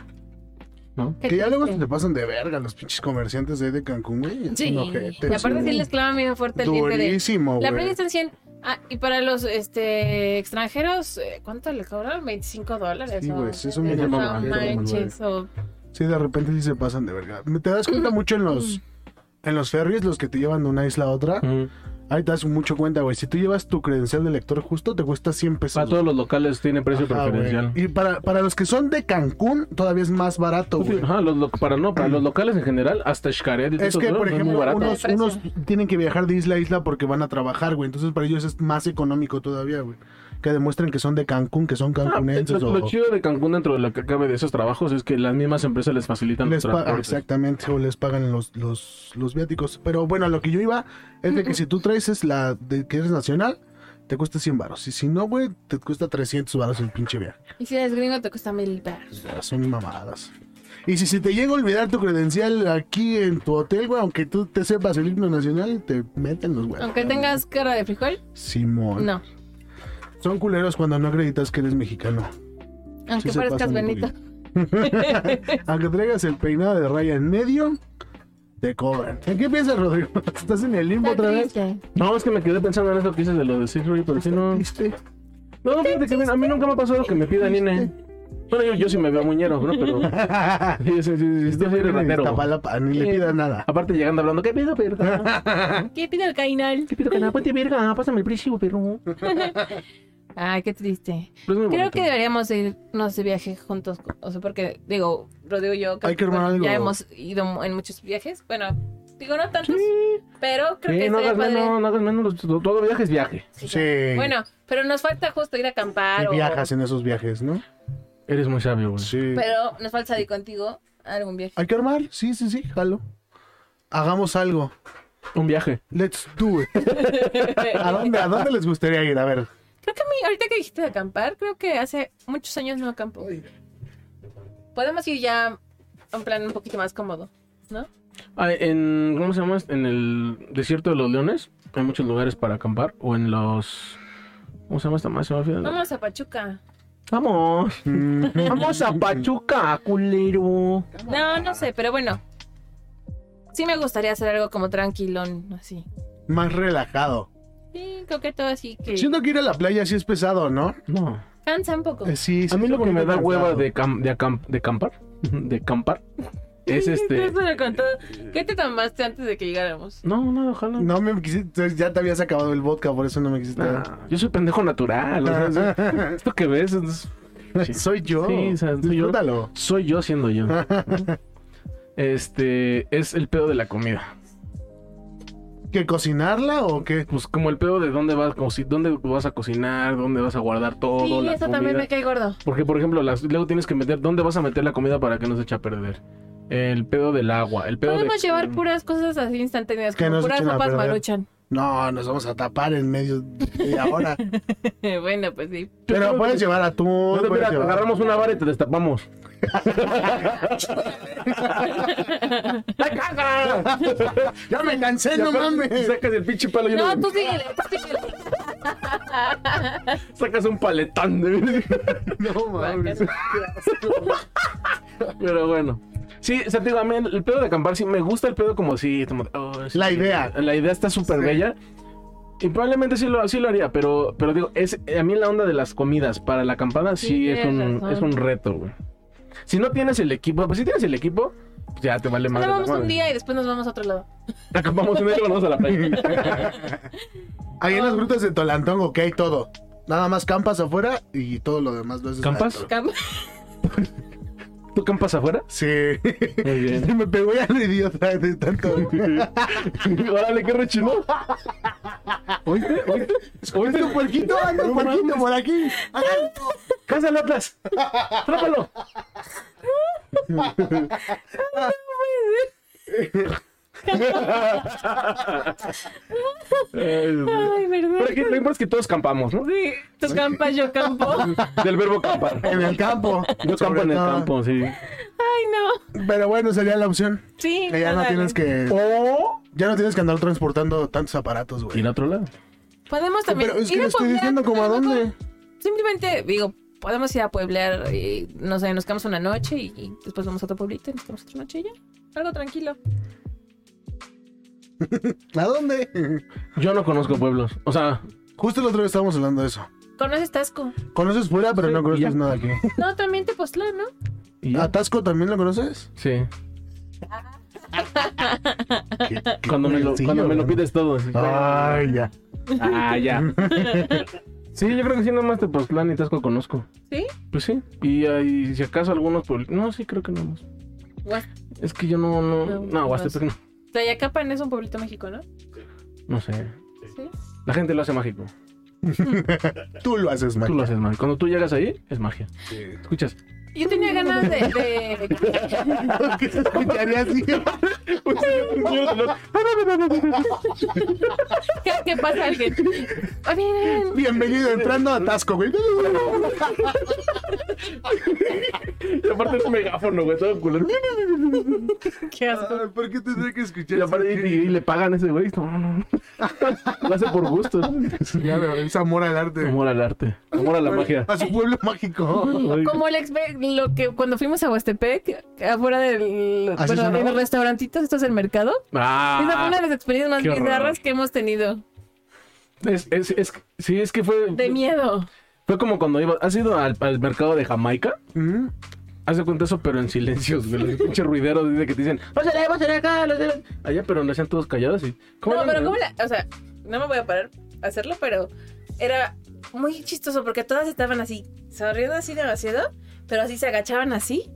¿No?
Qué
Que ya luego se
triste.
te pasan de verga los pinches comerciantes de, ahí de Cancún, güey.
Sí, y aparte sí les clavan bien fuerte el diente de...
pues Durísimo,
La
güey.
prenda está en 100. Ah, y para los este, extranjeros, eh, ¿cuánto le cobraron? 25 dólares.
Sí,
o-
güey, sí, son
no
muy
mamadores,
manches, o-
Sí, de repente sí se pasan de verga. Te das cuenta mucho en los en los ferries, los que te llevan de una isla a otra.
Mm.
Ahí te das mucho cuenta, güey. Si tú llevas tu credencial de lector justo, te cuesta 100 pesos.
Para todos los locales tiene precio
Ajá, güey.
preferencial.
Y para, para los que son de Cancún, todavía es más barato, güey.
Ajá, los, lo- para no, para los locales en general, hasta Xcaret y todo
Es
eso,
que,
¿no?
por
Es muy
ejemplo,
barato.
unos,
El precio.
unos tienen que viajar de isla a isla porque van a trabajar, güey. Entonces, para ellos es más económico todavía, güey. Que demuestren que son de Cancún, que son
Ah,
cancunenses
lo,
o...
lo chido de Cancún dentro de lo que cabe de esos trabajos es que las mismas empresas les facilitan
Les
los
pa- ah,
transportes.
exactamente, o les pagan los, los, los viáticos. Pero bueno, a lo que yo iba es de que si tú traes es la de que eres nacional, te cuesta 100 baros. Y si no, güey, te cuesta 300 baros el pinche viaje.
Y si eres gringo, te cuesta mil dólares.
Son mamadas. Y si se te llega a olvidar tu credencial aquí en tu hotel, güey, aunque tú te sepas el himno nacional, te meten los güeyes.
Aunque tengas cara de frijol,
Simón.
no.
Son culeros cuando no acreditas que eres
*laughs*
mexicano.
Aunque
Sí se
parezcas
pasan de
Benito.
Aunque traigas el peinado de raya en medio, te cobran. ¿En qué piensas, Rodrigo? *laughs* ¿Estás en el limbo
Está
otra vez?
triste.
No, es que me quedé pensando en eso que dices de lo de Six Ray, pero si no.
Triste.
*laughs*
No, no, fíjate que a mí nunca me ha pasado que me pidan INE. Bueno, yo, yo sí me veo muñero, ¿no? *laughs* Pero. Sí, sí, sí, sí, yo soy ratero.
Iztapalapa, ni le
Eh,
pidas nada.
Aparte, llegando hablando, ¿qué pido, verga?
¿Qué pide el cainal?
¿Qué pido, canal? Ponte verga, pásame el precio, perro. Pero
Ay, qué triste.
es muy
Creo
bonito.
que deberíamos de irnos de viaje juntos. O sea, porque, digo, Rodrigo y yo
Hay que armar
bueno,
algo.
ya hemos ido en muchos viajes. Bueno, digo, no tantos, pero creo
Sí,
que
no
estaría
hagas
padre.
menos, no hagas menos. los- Todo, todo viaje es viaje.
Sí,
Sí.
claro. Bueno, pero nos falta justo ir a acampar.
Y
o-
viajas en esos viajes, ¿no?
Eres muy sabio, güey.
Sí.
Pero nos falta ir contigo a algún viaje.
Hay que armar. Sí, sí, sí, jalo. Hagamos algo.
Un viaje.
Let's do it. ¿A dónde, ¿A dónde les gustaría ir? A ver.
Creo que a mí, ahorita que dijiste de acampar, creo que hace muchos años no acampo. Podemos ir ya a un plan un poquito más cómodo, ¿no?
Ah, en, ¿cómo se llama? En el desierto de los leones hay muchos lugares para acampar o en los... ¿Cómo se llama esta más? Se me olvida.
Vamos a Pachuca.
Vamos. Vamos a Pachuca, culero.
No, no sé, pero bueno. Sí me gustaría hacer algo como tranquilón, así.
Más relajado.
Sí, coqueto, así que
Siento que ir a la playa sí es pesado, ¿no?
No.
cansa un poco.
Eh, Sí,
A mí
siento
lo que me
estoy
da hueva
cansado.
de, cam- de, acam- de acampar, *laughs* de acampar, es
Te *laughs*
este...
lo contó. ¿Qué te tomaste antes de que llegáramos?
No, no, ojalá.
No me quisiste, ya te habías acabado el vodka, por eso no me quisiste. Ah.
Nah, Ah, yo soy pendejo natural. o sea,
Ah.
soy- esto que ves es- sí.
Soy yo.
Sí, o sea, soy yo.
Disfrútalo. *laughs*
soy yo siendo yo.
Ah.
Este es el pedo de la comida.
¿Que cocinarla o qué?
Pues como el pedo de dónde vas, como si- dónde vas a cocinar, dónde vas a guardar todo.
Sí,
la
eso también
comida.
me cae gordo.
Porque, por ejemplo, las, luego tienes que meter dónde vas a meter la comida para que no se eche a perder. El pedo del agua, el pedo
Podemos
de...
llevar puras cosas así instantáneas,
Que
como
no se
puras
echen a
papas
perder.
maruchan. *laughs*
No, nos vamos a tapar en medio de
*laughs*
ahora.
bueno, pues
*laughs*
sí.
Yo creo
Pero
que-
puedes llevar atún.
No,
puedes
mira,
llevar-
agarramos una vara y te destapamos.
*laughs*
¡La caga!
Ya me cansé, no
*laughs*
mames.
Sacas el pinche palo y
No,
uno-
tú síguele, tú síguele.
sacas un paletón. de-
No mames.
Pero bueno. Sí, o sea, te digo, a mí el pedo de acampar sí me gusta el pedo como así. como, oh, sí,
La
sí,
idea.
La idea está súper
Sí.
bella. Y probablemente sí lo, sí lo haría, pero, pero digo, es, eh, a mí la onda de las comidas para la acampada sí,
Sí,
es,
tienes
un,
razón.
es un reto, güey. Si no tienes el equipo, pues si tienes el equipo, pues ya te vale
Ahora
más.
vamos un día y después nos vamos a otro lado.
*laughs* Acampamos en él y vamos a
*laughs*
la playa.
Ahí
Ah.
en las grutas de Tolantongo, que hay todo. Nada más campas afuera y todo lo demás lo haces
¿Campas?
adentro. *laughs*
Cam-
¿Tú campas afuera?
Sí. *laughs*
Muy bien.
Se me pegó ya el idiota de tanto.
*laughs* Órale, qué rechino. ¿Oíste? ¿Oíste?
¿Oíste
¿Oíste?
un
*laughs*
puerquito? Anda un puerquito por aquí. Agarra-
¡Cásalo, Atlas! ¡Trápalo! Ay, Dios mío.
Ay,
Pero
verdad.
aquí lo importante es que todos campamos, ¿no?
Sí, tú campas, yo campo.
*laughs*
Del verbo campar.
En el campo.
Yo campo
Sobre
en el
todo.
campo, sí.
Ay, no.
Pero bueno, sería la opción.
Sí.
Que ya no
ándale.
tienes que.
O
Ya no tienes que andar transportando tantos aparatos,
ir
güey.
a otro lado.
Podemos también.
Pero es que
ir a
le estoy
pueblear,
diciendo como a
lo mejor.
dónde.
Simplemente, digo, podemos ir a pueblear y, no sé, nos quedamos una noche y, y después vamos a otro pueblito y nos quedamos otra noche y ya. Algo tranquilo.
¿A dónde? *laughs*
Yo no conozco pueblos. O sea,
Justo el otro día estábamos hablando de eso.
¿Conoces Tasco?
Conoces fuera, pero
Sí,
no conoces
ya.
nada aquí.
No, también Tepoztlán, ¿no?
y ya.
¿Atasco también lo
*laughs*
conoces?
sí. Cuando me lo, cuando me lo pides todo. así.
Ay, ya.
Ah, ya. Sí, yo creo que sí, nada más Tepoztlán y Tasco conozco.
¿Sí?
Pues sí. Y hay, si acaso algunos pueblos. No, sí, creo que nada más.
Guas-
Es que yo no, no.
No,
No, Huastepec no.
Tlayacapan es un pueblito México, ¿no?
No sé.
Sí.
La gente lo hace mágico.
Tú lo haces,
Tú lo
man.
haces mágico. Cuando tú llegas ahí, es magia. *laughs* Escuchas.
Yo tenía ganas de. de- *laughs*
¿Qué se escucharía así?
¿Qué, qué pasa, alguien? Ah, Miren.
Bienvenido entrando a Atasco, güey.
Y aparte es un megáfono, güey, todo culero.
Qué asco.
Ay, Ah, ¿Por qué tendría que escuchar
Y, aparte, y, y le pagan a ese güey. No, no, no. Lo hace por gusto.
eso? Ya veo, es amor al arte.
Amor al arte. Amor a la magia.
A su pueblo mágico.
Como el ex lo que cuando fuimos a Huastepec, afuera del.
¿Así
Bueno,
sonaba?
en los restaurantitos, esto es el mercado. Esa fue
Ah,
una de las experiencias más
qué horror.
bizarras que hemos tenido.
es, es, es, sí, es que fue.
De miedo.
Fue como cuando iba. ¿Has ido al, al mercado de Jamaica?
Mm.
Haz de cuenta eso, pero en silencios, güey. Los pinches ruideros dice que te dicen, ¡Pásale, pásale acá! los de- Allá, pero no hacían todos callados y.
No,
andan,
pero ¿cómo
güey?
la.? O sea, no me voy a parar a hacerlo, pero era muy chistoso porque todas estaban así, sonriendo así demasiado, pero así se agachaban así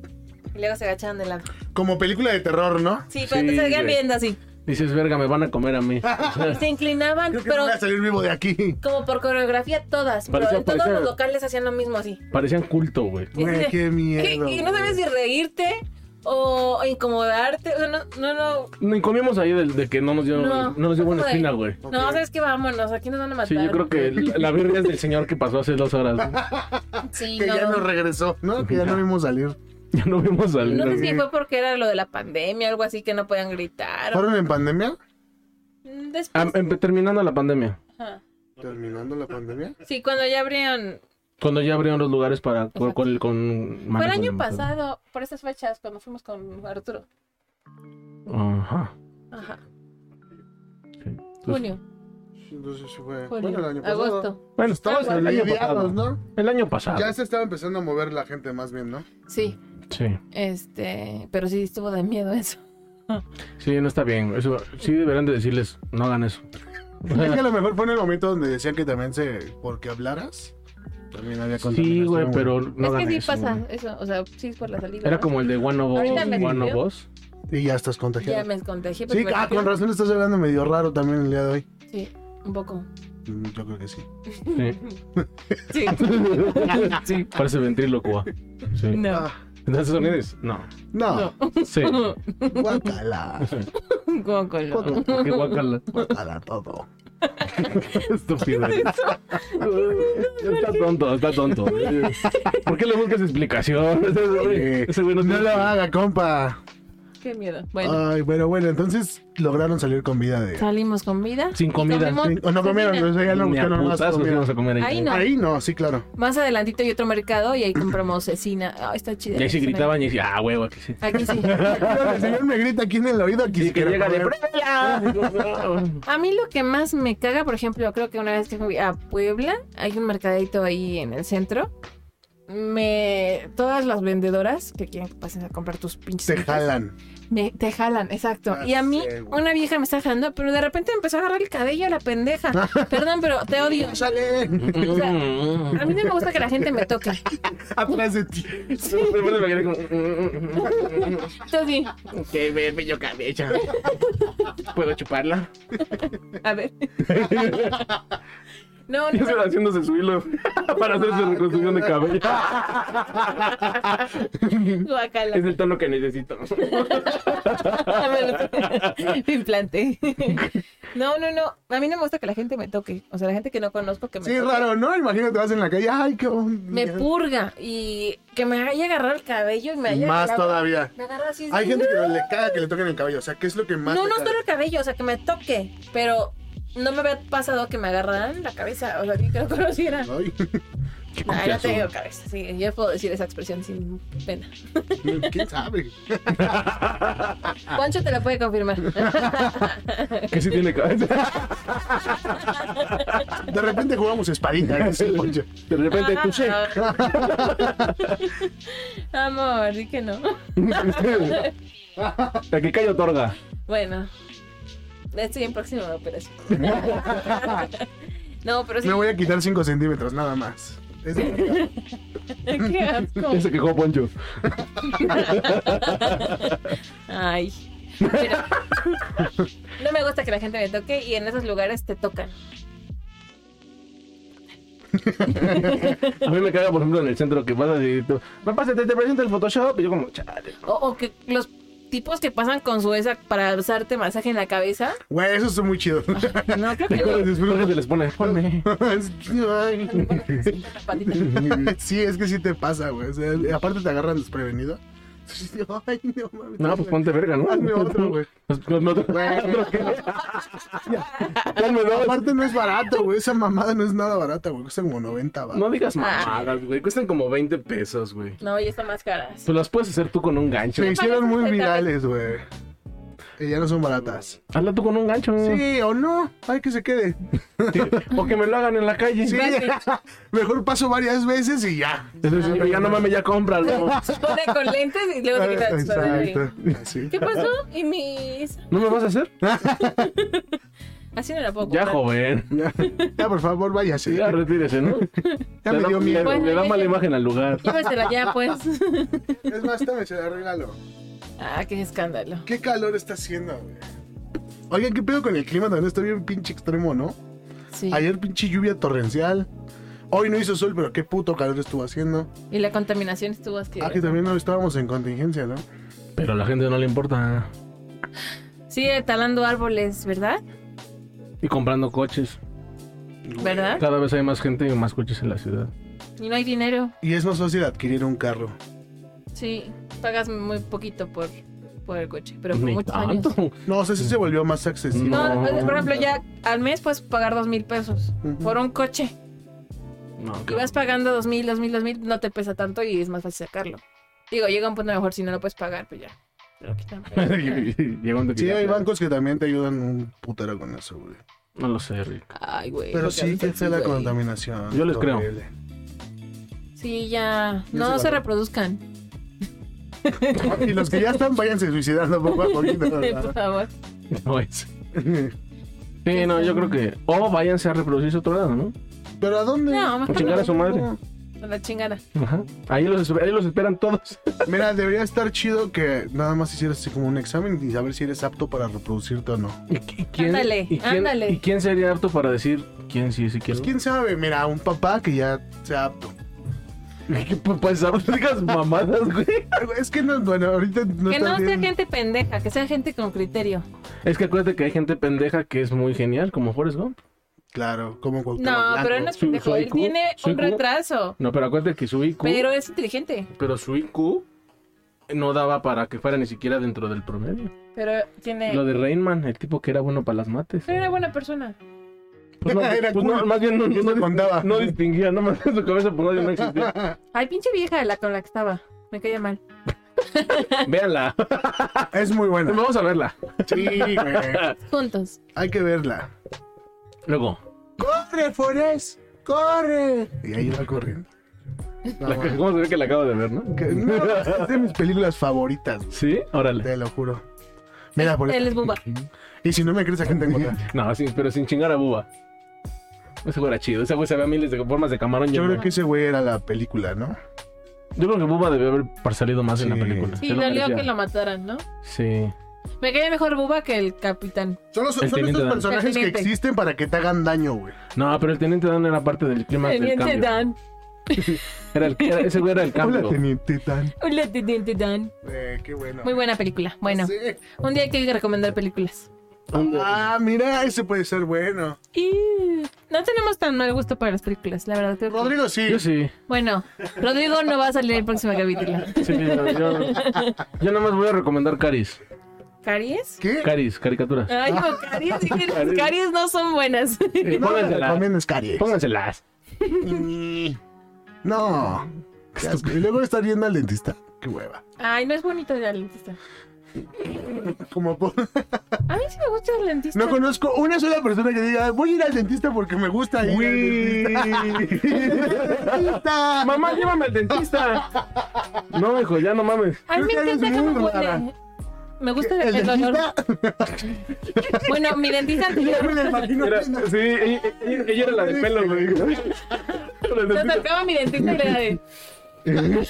y luego se agachaban de lado.
Como película de terror, ¿no?
Sí, pero
Sí,
te seguían
güey.
viendo así.
Dices, verga, me van a comer
*laughs*
a mí.
Y se inclinaban,
Creo que no
pero Eh,
voy a salir vivo de aquí.
como por coreografía todas. pero
Parecía-
en todos
parecía-
los locales hacían lo mismo así.
Parecían culto, güey.
Y así
Güey,
de-
qué
¿qué?
miedo.
Y no sabes si reírte o incomodarte. O sea, no, no, no.
Ni comimos ahí del, de que no nos dio, no,
No.
nos dio buena
Ay.
espina, güey.
No, sabes que vámonos, aquí nos van a matar.
Sí, yo creo que la, la birria es del señor que pasó hace dos horas.
*laughs*
güey.
Sí,
Que ya no regresó, ¿no? Que ya no vimos salir.
Ya no vimos salir.
No sé
güey.
si fue porque era lo de la pandemia, algo así que no podían gritar.
¿Fueron en pandemia?
Mm, Después.
em, Ah, em- terminando la pandemia.
ajá.
¿Terminando la pandemia?
Sí, cuando ya abrieron.
Cuando ya abrieron los lugares para con,
Exacto.
con, con
Fue el
manejo
año
de-
pasado, por estas fechas, cuando fuimos con Arturo.
Ajá.
Ajá.
Entonces,
Junio,
Entonces fue.
julio,
Bueno, el año pasado.
agosto.
Bueno,
Pues Estamos
Ah,
en
el año
mediados,
pasado.
¿no?
El año pasado.
Ya se estaba empezando a mover la gente más bien, ¿no?
Sí,
Sí.
este, pero sí estuvo de miedo eso.
Sí, no está bien. Eso, sí deberían de decirles, no hagan
*laughs*
eso.
Es que a lo mejor fue en el momento donde decían que también se. Porque hablaras. También había
Sí,
contaminación,
güey, pero no
es
hagan
que sí
eso,
pasa
güey.
eso, o sea, sí es por la salida.
Era
¿no?
como el de One of
Ahorita
Us.
me
One of
cambió.
Us.
Y ya estás contagiado.
Ya me contagié. pero
Sí,
me
ah,
contagié.
con razón estás hablando medio raro también el día de hoy.
Sí, un poco.
Mm, Yo creo que sí.
Sí.
Sí,
sí. Parece ventrílocua. Sí.
no. *laughs*
Ah,
¿En Estados Unidos? No.
no,
Sí.
guácala.
*laughs*
Guácala.
Qué guacala.
Guácala todo.
Estúpido. está tonto, está tonto. ¿Por qué le buscas explicación? Ese güey- ese güey no
Eh, No
tiene-
lo haga, compa.
Qué miedo.
Ah.
Bueno,
Ay, pero bueno, entonces lograron salir con vida de.
salimos con vida.
Sin comida.
Comimos-
Sí, O no comieron,
comida.
o sea, ya no
Ni a
buscaron más
putazos
comida.
íbamos a comer ahí.
Ahí no.
Ahí no, sí, claro.
Más adelantito hay otro mercado y ahí
*laughs*
compramos cecina. Ah, está chida.
Y ahí se
Cecina.
gritaban y decían, ah, huevo, aquí sí.
Aquí sí.
El señor me grita aquí en el oído aquí
Y
si
que
quiero
llega de
comer. *laughs*
"Pruébala".
A mí lo que más me caga, por ejemplo, creo que una vez que fui a Puebla, hay un mercadito ahí en el centro. Me todas las vendedoras que quieren que pasen a comprar tus pinches
Te
cosas,
jalan.
me- te jalan, exacto.
Ya
y a mí
sé, güey.
una vieja me está jalando, pero de repente me empezó a agarrar el cabello a la pendeja.
*laughs*
Perdón, pero te odio.
Sale
O sea, a mí no me gusta que la gente me toque.
atrás de ti.
Primero me quedé como, "Mm,
Entonces, sí,
Qué bello cabello. ¿Puedo chuparla?
a
*laughs*
ver. No,
Y
no,
se va haciéndose su hilo *laughs* para hacer su reconstrucción de cabello.
guacala.
*laughs*
Es el tono que necesito.
*laughs* me implanté. No, no, no. A mí no me gusta que la gente me toque. O sea, la gente que no conozco que me
Sí,
toque.
raro, ¿no? Imagínate, vas en la calle. Ay, qué onda.
Me purga. Y que me haya agarrado el cabello y me haya.
Más
agarrado-
todavía.
Me agarra así.
Hay
así,
gente que le caga que le toquen el cabello. O sea, ¿qué es lo que
No,
más?
no,
te
no
caga?
solo el cabello. O sea, que me toque. Pero no me había pasado que me agarraran la cabeza. O sea, que *laughs* no conociera.
*laughs* Ay,
Ah, yo tengo cabeza. Sí, yo puedo decir esa expresión sin pena.
¿Quién sabe? Ah.
Poncho te la puede
*laughs*
confirmar.
Que sí tiene cabeza.
De repente jugamos espadita. dice el Poncho.
De repente, tú che.
*laughs* Amor, di que no.
La que cae otorga.
Bueno, estoy en próxima
*laughs*
operación. no, pero sí.
Me voy a quitar 5 centímetros, nada más. Es-
*laughs* Qué asco.
Ese que jugó Poncho.
Ay. Pero
*laughs*
no me gusta que la gente me toque y en esos lugares te tocan.
A mí me caga, por ejemplo, en el centro que pasa y tú, "Ma, pásate, te presento el Photoshop. Y yo como, chale.
O, o que los tipos que pasan con su esa para usarte masaje en la cabeza.
Güey, eso es muy chido.
No, creo que no.
Después se les pone, ponme.
Es- ay.
La patita.
*laughs* Sí, es que sí te pasa, güey. O sea, aparte te agarran desprevenido. *laughs* Ay, no mames.
No, pues ponte verga, ¿no?
Hazme otro, güey.
Hazme otro. *laughs*
Güey.
Ponme dos.
Aparte no es barato, güey. Esa mamada no es nada barata, güey. Cuesta como 90 baros.
No
Ah.
digas mamadas, güey. Cuestan como 20 pesos, güey.
No, y están más caras.
Pues las puedes hacer tú con un gancho.
Se hicieron muy
Parece que tal
virales, güey. Y ya no son baratas.
Hazla tú con un gancho.
Sí, o no. Ay, que se quede.
O que me lo hagan en la calle.
Sí. *laughs* Mejor paso varias veces y ya.
Entonces, yo, ya no mames, ya cómpralo.
Se pone con lentes y luego te quita
*laughs*
el suéter.
Exacto. *laughs* Así.
¿Qué pasó? Y mis.
¿No me vas a hacer?
Así no la puedo
Ya,
comprar.
joven.
Ya, ya, por favor, váyase.
Ya, retírese, ¿no?
Ya
Le
me
da-
dio miedo.
Le, le da mala imagen al lugar.
Llévesela ya, pues. *laughs*
Es más, también se la regalo.
Ah, qué escándalo.
¿Qué calor está haciendo, güey? Oigan, ¿qué pedo con el clima? También está bien pinche extremo, ¿no?
Sí.
Ayer pinche lluvia torrencial. Hoy no hizo sol, pero qué puto calor estuvo haciendo.
Y la contaminación estuvo así.
Ah, que también no estábamos en contingencia, ¿no?
Pero a la gente no le importa.
Sigue talando árboles, ¿verdad?
Y comprando coches.
¿Verdad?
Cada vez hay más gente y más coches en la ciudad.
Y no hay dinero.
Y es más fácil adquirir un carro.
Sí, pagas muy poquito por, por el coche, pero por
Ni
muchos
tanto.
años.
No, o sea, sí se volvió más accesible.
No,
No.
por ejemplo, ya al mes puedes pagar dos mil pesos
Ujú.
por un coche.
No,
Y
qué-
vas pagando dos mil, dos mil, dos mil, no te pesa tanto y es más fácil sacarlo. Digo, llega un punto mejor si no lo puedes pagar, pues ya. Te lo quitan. pero-
*laughs* Llega un
Sí,
ya-
hay bancos que también te ayudan un putero con eso, güey.
No lo sé, Rick.
Ay, güey.
Pero
porque a
sí,
veces
que está la
güey.
contaminación.
Yo les creo.
Horrible.
Sí, ya.
Yo
No
sí
se
valoro.
reproduzcan.
Y los que ya están, váyanse suicidando poco a
*laughs*
poquito.
Por
¿verdad?
favor.
No es. Sí, no, yo creo que. O váyanse a reproducirse a otro lado, ¿no?
Pero ¿a dónde?
No, mejor
Chingar a su madre.
A la chingada.
Ajá. Ahí los, esper- ahí los esperan todos.
Mira, debería estar chido que nada más hicieras así como un examen y saber si eres apto para reproducirte o no.
*laughs* ¿Y qui- quién-
Ándale,
y quién-
ándale.
¿Y quién sería apto para decir quién sí es y quién
Pues
no?
quién sabe, mira, un papá que ya sea apto.
¿Qué *laughs* pues no digas mamadas, güey.
Es que no, bueno, ahorita no
que
está
no sea
bien.
gente pendeja, que sea gente con criterio.
Es que acuérdate que hay gente pendeja que es muy genial, como Forrest Gump.
Claro, como cualquier
No, pero él no es
Su-
pendejo.
su
Él
IQ,
tiene
su
un
IQ.
retraso,
No, pero acuérdate que su IQ.
pero es inteligente.
pero su IQ no daba para que fuera ni siquiera dentro del promedio.
Pero tiene.
Lo de Rainman, el tipo que era bueno para las mates.
Pero era buena persona.
*laughs* Pues no,
Era
pues no,
cool.
más bien no, no,
Eso
no-
contaba.
no distinguía, no más *laughs* su cabeza por nadie no *laughs* existía.
Ay, pinche vieja la con la que estaba. Me caía mal.
Véanla,
Ah, Es muy *laughs* buena.
vamos a verla.
Sí, güey.
Juntos.
Hay que verla.
Luego,
¡Corre, Forés! ¡Corre! Y ahí va corriendo. No,
la,
bueno,
¿cómo se ve que la acabo de ver, no?
que- no, es de mis películas favoritas,
Sí, órale.
te lo juro. Mira, por
Él es buba.
Y si no me crees, aquí tengo otra.
No, sí, pero sin chingar a Buba. Ese güey era chido, ese güey sabía miles de formas de camarón.
Yo
Yo,
creo que ese güey era la película, ¿no?
yo creo que Buba debió haber salido más en
Sí.
la película.
Y
Se lo
dolió
merecía.
que lo mataran, ¿no?
Sí.
Me caía mejor Buba que el capitán.
Son, los,
El
son
Teniente
estos
Dan.
personajes
El
que
Teniente.
existen para que te hagan daño, güey.
No, pero el teniente Dan era parte del clima del
Teniente
cambio.
Dan.
Era el- era- ese güey *laughs* era el
Hola,
cambio.
Teniente Dan.
Hola, Teniente Dan.
Eh, qué bueno.
Muy buena película. Bueno,
Sí.
un día hay que recomendar películas.
Ah, mira, ese puede ser bueno.
Y no tenemos tan mal gusto para las películas, la verdad. creo que-
Rodrigo, sí.
Yo sí.
Bueno, Rodrigo no va a salir el próximo capítulo.
sí yo, yo, yo nada más voy a recomendar Caris.
¿Caries?
¿Qué?
Caris, caricaturas.
Ay, no,
*laughs*
caries, dije, las caries no son buenas. *laughs*
Eh,
No me
pónganselas.
recomiendas caries. Mm.
Pónganselas.
No. Qué asco. Y luego estar yendo al dentista. Qué hueva.
Ay, no es bonito ir al dentista.
Como po- *laughs*
A mí sí me gusta ir al dentista.
no conozco una sola persona que diga, voy a ir al dentista porque me gusta ir al dentista".
*laughs*
dentista.
Mamá, llévame al dentista. No, hijo, ya no mames.
A mí me
creo que
encanta
eres
cómo
muy rara.
huele. Me gusta el,
El
el olor.
*laughs* dentista.
Bueno, mi
*laughs*
dentista
Ya
anterior.
me la imagino.
Era- sí, ella, ella- ella era la de pelo, güey.
Me acercaba mi dentista y le de.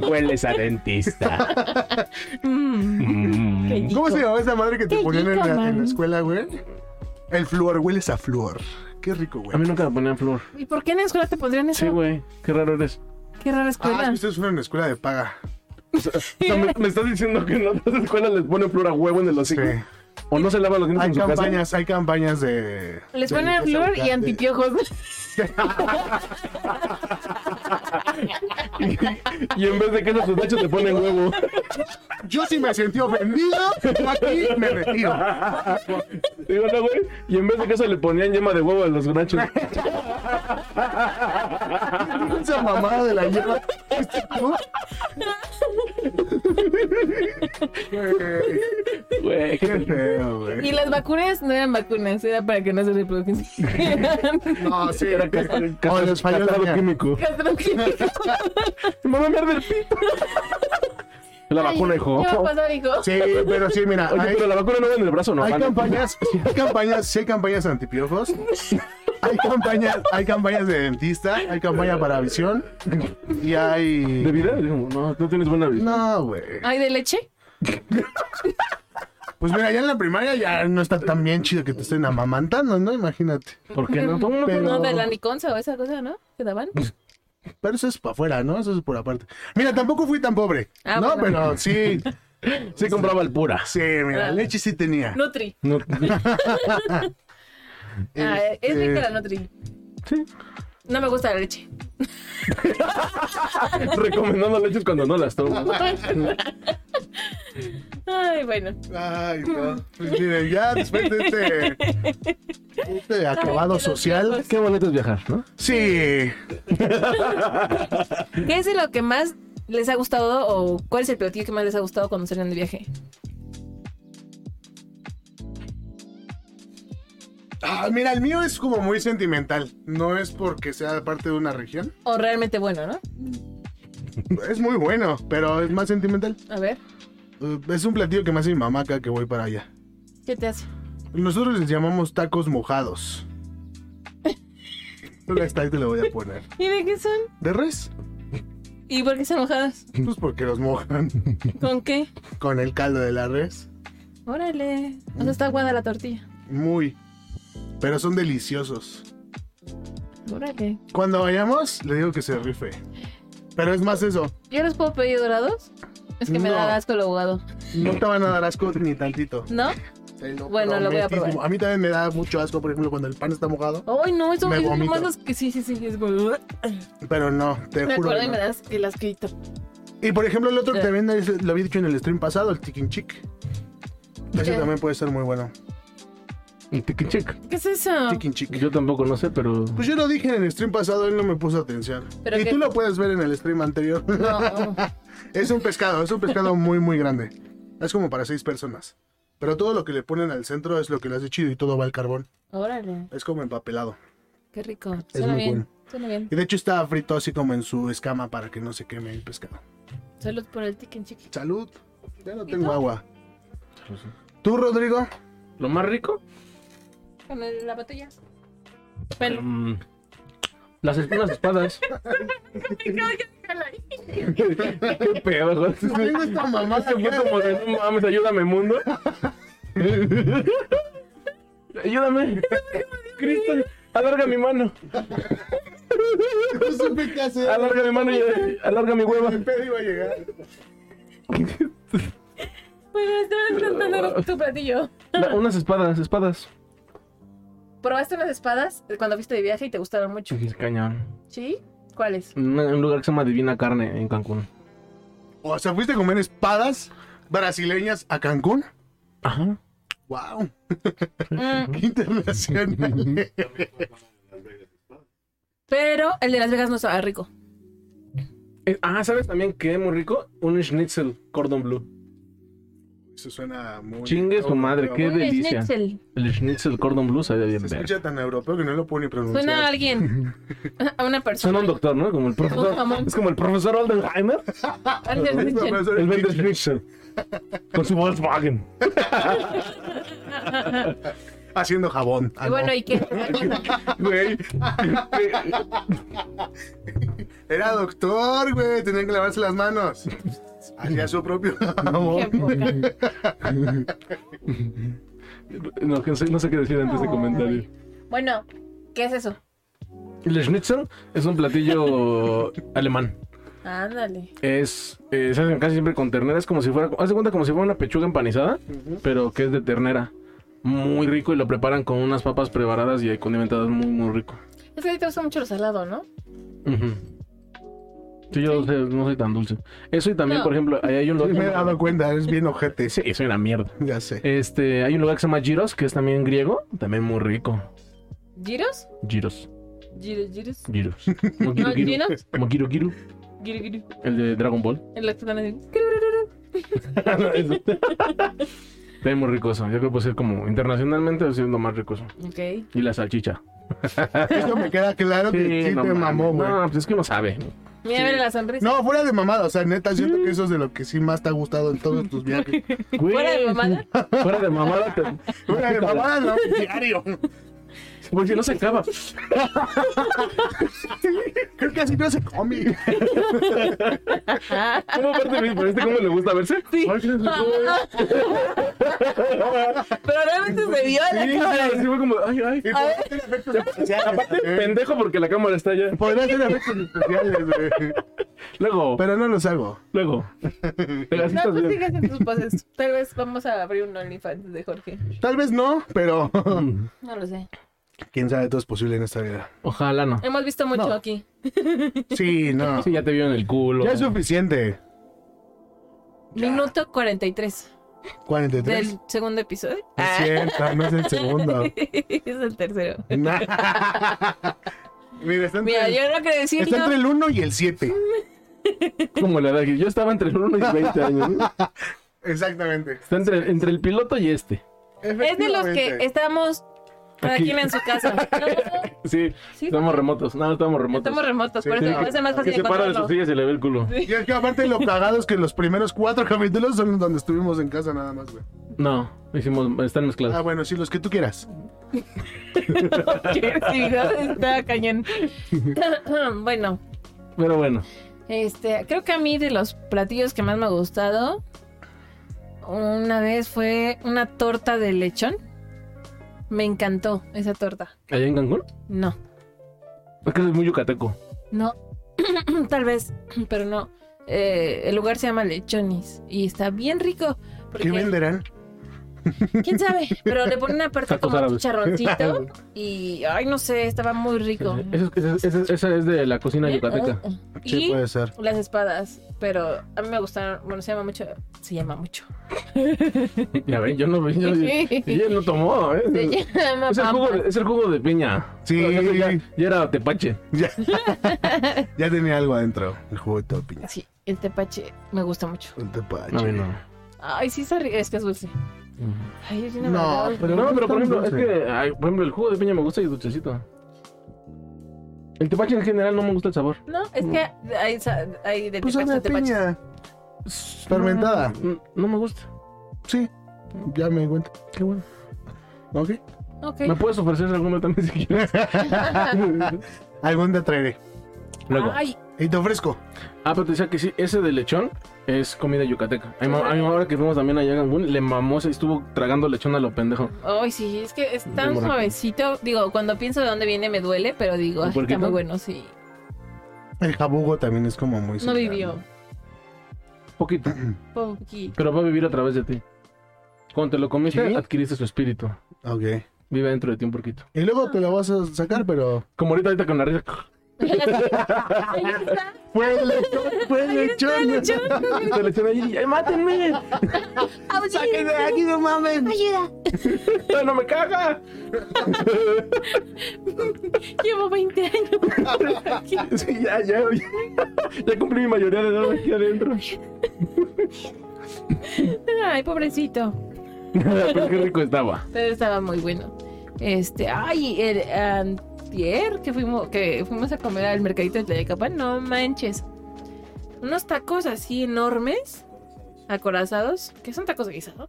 Hueles a dentista.
"Mm,
Mm.
qué
¿Cómo
rico".
se llamaba esa madre que te
Qué
ponían en
rico,
la, en la
man.
escuela, güey? El flúor, hueles a flúor. Qué rico, güey.
A mí nunca me ponían flor.
¿Y por qué en la escuela te pondrían eso?
Sí, güey. Qué raro eres.
Qué rara
Ah, es
escuela.
que ustedes fueron a una escuela de paga.
O sea, me, me estás diciendo que en otras escuelas les ponen flor a huevo en el
Sí.
hocico. O no se lavan los dientes
Hay
en su casa.
campañas, hay campañas de.
Les
de
ponen
limpieza
flor y
bucal, de-
antipiojos. *laughs*
Y en vez de queso a sus nachos te ponen huevo.
Yo sí me sentí ofendido. yo Aquí me retiro.
Digo, no, güey. Y en vez de queso le ponían yema de huevo a los nachos.
Esa mamada de la hierba. ¿Viste tú? Güey,
Güey,
Qué
qué
feo, güey.
Y las vacunas no eran vacunas, era para que no se *laughs* reprodujeran.
No, sí.
Era cas-
Oh,
cas-
les falló la
casado
mía.
químico.
Castro químico.
Mamá, me arde el pito. La vacuna, hijo.
¿Qué va a
Oye,
pasar, hijo?
Sí, pero sí, mira. hay-
pero la vacuna no va en el brazo, ¿no?
Hay
Ah, no.
campañas, sí hay campañas, sí hay campañas antipiojos. Hay campañas, hay campañas de dentista, hay campaña para visión y
¿De
hay
vida? Digo, No, no tienes buena vida.
no, güey.
Ay, de leche.
Pues mira, ya en la primaria ya no está tan bien chido que te estén amamantando, ¿no? Imagínate.
¿Por qué no? ¿Cómo no?
Pero-
No, de la Niconza o esa cosa, ¿no? ¿Te daban?
Pero eso es para afuera, ¿no? Eso es por aparte. Mira, tampoco fui tan pobre.
Ah,
no,
bueno. Ah.
pero sí,
Sí compraba el pura.
sí, mira, leche sí tenía.
Nutri.
No- *laughs*
Ah, es
Este,
rica la Nutri.
sí.
No me gusta la leche.
Recomendando leches cuando no las tomo.
Ay, bueno.
Ay, no. Pues miren, ya después de este de acabado
que los
social.
viejos-
Qué bonito es viajar, ¿no?
Sí.
¿Qué es de lo que más les ha gustado o cuál es el platillo que más les ha gustado cuando salen de viaje?
Ah, mira, el mío es como muy sentimental. No es porque sea parte de una región.
O realmente bueno, ¿no?
Es muy bueno, pero es más sentimental.
A ver,
Eh, Es un platillo que me hace mi mamá acá que voy para allá.
¿qué te hace?
Nosotros les llamamos
*laughs*
tacos mojados. Solo está ahí te lo voy a poner.
¿Y de qué son?
¿De res?
¿Y por qué están mojados?
Pues porque los mojan
¿Con qué?
con el caldo de la res.
Órale. O sea, está aguada la tortilla.
Muy. Pero son deliciosos.
Órale.
Cuando vayamos, le digo que se rife. Pero es más eso.
¿Yo los puedo pedir dorados? Es que me
No.
da asco el abogado.
No te van a dar asco ni tantito.
¿No?
Te lo
Bueno, lo voy a
prometísimo.
probar.
A mí también me da mucho asco, por ejemplo, cuando el pan está mojado.
Ay, no, eso
Me
eso es lo
vomito.
más asco- Sí, sí, sí. Es como...
Pero no, te
Me
juro.
acuerdo
que
y
no.
me das el asquito.
Y por ejemplo, el otro que
Sí.
también es- lo había dicho en el stream pasado, el Tikin Chick. Ese
Sí.
también puede ser muy bueno.
El tiki chic.
¿Qué es eso?
Tikin Chick.
Yo tampoco no sé, pero.
Pues yo lo dije en el stream pasado, él no me puso atención.
Pero
y
que-
tú lo puedes ver en el stream anterior. *laughs*
No.
es un pescado, es un pescado muy, muy grande. Es como para seis personas. Pero todo lo que le ponen al centro es lo que le hace chido y todo va al carbón.
Órale.
Es como empapelado.
Qué rico. Suena
muy
bien.
bueno.
Suena bien.
Y de hecho está frito así como en su escama para que no se queme el pescado.
Salud por el chicken chicken.
Salud. Ya no
¿Y
tengo
tú?
agua. ¿Tú, *laughs* Rodrigo?
¿Lo más rico?
Con el- la batalla. Pero. *laughs*
Mm, las espinas espadas. *laughs* Qué pedo, güey.
Tengo esta mamá
Se fue
*laughs*
como de, no mames, ayúdame, mundo. *laughs* ayúdame. Cristo, alarga mi mano.
No supe qué hacer.
Alarga mi mano y alarga mi hueva. *laughs*
El pedo iba a llegar.
Bueno, estaba intentando tu platillo.
La- unas espadas, espadas.
¿Probaste unas espadas cuando fuiste de viaje y te gustaron mucho?
Chujis, cañón.
¿Sí? ¿Cuáles?
Un, un lugar que se llama Divina Carne en Cancún.
O sea, fuiste a comer espadas brasileñas a Cancún.
Ajá.
Wow,
Mm,
*laughs* internacional.
pero el de Las Vegas no estaba rico.
ah, ¿sabes también qué muy rico? Un schnitzel cordon bleu.
Eso suena muy.
Chingue su madre, qué
Un
delicia.
schnitzel.
El schnitzel cordon bleu sabía bien
Se
ver.
escucha tan europeo que no lo puedo ni pronunciar.
Suena a
*laughs*
alguien. A una
Suena
persona.
un doctor, ¿no? Como el
Un
profesor.
jamón.
Es como el profesor Oldenheimer.
Al del
Suena
schnitzel.
profesor
Él
*laughs*
vende
Hitler.
schnitzel. Con su Volkswagen.
Haciendo jabón. Ah,
Y
no.
bueno, ¿y qué?
Güey.
Era doctor, güey. Tenía que lavarse las manos. Hacía su propio
Qué
jabón.
*laughs*
poca.
No, que no sé, no sé qué decir antes de comentario.
Bueno, ¿qué es eso?
El schnitzel es un platillo *laughs* alemán.
Ándale.
Es, eh, se hacen casi siempre con ternera. Es como si fuera, haz de cuenta como si fuera una pechuga empanizada, pero que es de ternera. Muy rico y lo preparan con unas papas preparadas y ahí condimentadas muy, muy rico.
Es que a ti te gusta mucho lo salado, ¿no?
Ujú. Sí, yo sé, no soy tan dulce. Eso y también,
No.
por ejemplo, ahí hay un lugar.
Me he dado cuenta, es bien ojete.
Sí, soy una mierda.
Ya sé.
Este, hay un lugar que se llama Giros, que es también griego, también muy rico.
¿Giros?
Giros,
¿Giros, giros?
Giros. Como
¿No,
Giro Giro.
giros?
Como Giro Giro,
Giro, giro.
el de Dragon Ball. *laughs*
En la que están así.
Eso. También muy rico eso. Yo creo que puede ser como internacionalmente va a ser lo más rico eso.
Ok.
Y la salchicha.
Eso me queda claro que sí, te
mames.
mamó, güey.
No, pues es que uno sabe.
Mira, mira la sonrisa.
No, fuera de mamada, o sea, neta, siento que eso es de lo que sí más te ha gustado en todos tus
*laughs*
viajes.
Güey,
¿Fuera de mamada?
*laughs* Fuera de mamada. te-
Fuera de mamada, no, diario.
Porque no se acaba.
Creo que así no se come.
¿Cómo aparte me parece cómo le gusta verse? Ay, qué
*laughs*
rico.
Pero realmente se vio a la
Sí,
cámara.
sí, fue como, ay, ay.
Y podría hacer efectos especiales.
Aparte, pendejo porque la cámara está allá.
Podría hacer efectos especiales, güey.
Luego,
Pero no los hago.
luego. Te
No,
gastas
tú
bien.
sigas en tus poses. Tal vez vamos a abrir un OnlyFans de Jorge.
Tal vez no, pero *laughs*
Mm.
No lo sé.
quién sabe, todo es posible en esta vida.
Ojalá no.
Hemos visto mucho
No.
aquí.
Sí,
*laughs*
no.
Sí, ya te vio en el culo.
Ya es suficiente.
Minuto 43.
¿43?
¿Del segundo episodio?
No es
Ah,
cierto, no
*laughs*
es el segundo.
es el tercero.
Nah. Mira, está entre,
Mira, yo no creo decir
está entre el 1 y el 7.
Como la edad. que- Yo estaba entre el 1 y 20
*laughs*
años. ¿no?
Exactamente.
Está entre, entre el piloto y este.
Es de los que estamos cada
Aquí.
quien en su
*laughs*
casa. No, no,
Sí,
Sí.
estamos remotos. No, estamos remotos.
estamos remotos, por eso
Sí, sí,
me parece más
que
fácil
se para de sus
encontrarlo.
sillas y le ve el culo.
Y es que aparte lo cagado es que los primeros cuatro capítulos son donde estuvimos en casa nada más, güey.
No, hicimos, están
Ah,
mezclados.
bueno, sí, los que tú quieras.
*laughs* Sí, ¿no? Está cañón.
*laughs*
bueno,
Pero bueno,
Este, creo que a mí de los platillos que más me ha gustado, una vez fue una torta de lechón. Me encantó esa torta.
allá en Cancún.
No,
Es que es muy yucateco.
no, *clears throat* tal vez, *clears throat* pero no. Eh, el lugar se llama Lechonis y está bien rico. Porque,
¿Qué venderán?
¿Quién sabe? Pero le
*laughs*
ponen aparte
Tacos
como
árabes.
chicharroncito
*laughs*
y, ay, no sé, estaba muy rico. Ah,
Esa es, esa- esa es de la
¿Eh?
cocina yucateca.
Sí,
Y-
pues.
puede ser.
Las espadas, pero a mí me gustaron, bueno, se llama mucho, se llama mucho.
Ya ven, yo no vi. Yo,
*laughs*
ella no tomó, ¿eh?
Se llama
Es el, jugo
Pampa.
de, es el jugo de piña.
Sí. *laughs*
Ya, ya-
*laughs*
ya era tepache.
Ya, ya tenía algo adentro. El juguete de piña.
Sí, el tepache me gusta mucho.
Un tepache.
No, a mí no.
Ay, sí, está rico. Es que es dulce. Ay, es una
No,
verdad.
pero
No,
no
pero por
es tan
ejemplo, es
dulce.
que, ay, por ejemplo, el jugo de piña me gusta y dulcecito. El tepache en general no me gusta el sabor.
No, es que hay, sa- hay de
Pues
tepache,
una
tepache.
piña. Fermentada.
No, no me gusta.
Sí, ya me di cuenta.
Qué bueno.
¿Ok?
Ok.
¿Me puedes ofrecer alguno *laughs* también si quieres?
Algún día traeré.
Luego.
Ay,
Y te ofrezco.
Ah, pero te decía que sí, ese de lechón es comida yucateca. A mi, ma- a mi mamá, ahora que fuimos también allá a Cancún, le mamó, se estuvo tragando lechón a lo pendejo.
ay, sí, es que es tan
Muy rico.
suavecito. Digo, cuando pienso de dónde viene me duele, pero digo,
¿Un
ay, está
puerquito?
muy bueno, sí.
El jabugo también es como muy.
No
cercano.
vivió.
Poquito,
Poqui.
pero va a vivir a través de ti. Cuando te lo comiste,
¿Sí?
adquiriste su espíritu.
Ok.
Vive dentro de ti un poquito.
Y luego te lo vas a sacar, pero.
Como ahorita, ahorita con la risa.
Ahí está,
¡Fue el lechón! ¡Fue el lechón!
*laughs* Está el lechón ahí.
*laughs*
¡Ay, mátenme!
¡Sáquenme de aquí, no mamen!
*laughs* ¡Ay, ¡No me caga!
llevo 20 años. *laughs*
Sí, ya, ya. *laughs* Ya, ya cumplí mi mayoría de edad aquí adentro.
Ay, pobrecito.
*laughs* pero qué rico estaba.
Pero estaba muy bueno. Este, ay, el antier que fuimos, que fuimos a comer al mercadito de Tlayacapan, no manches. Unos tacos así enormes, acorazados, que son tacos de guisado,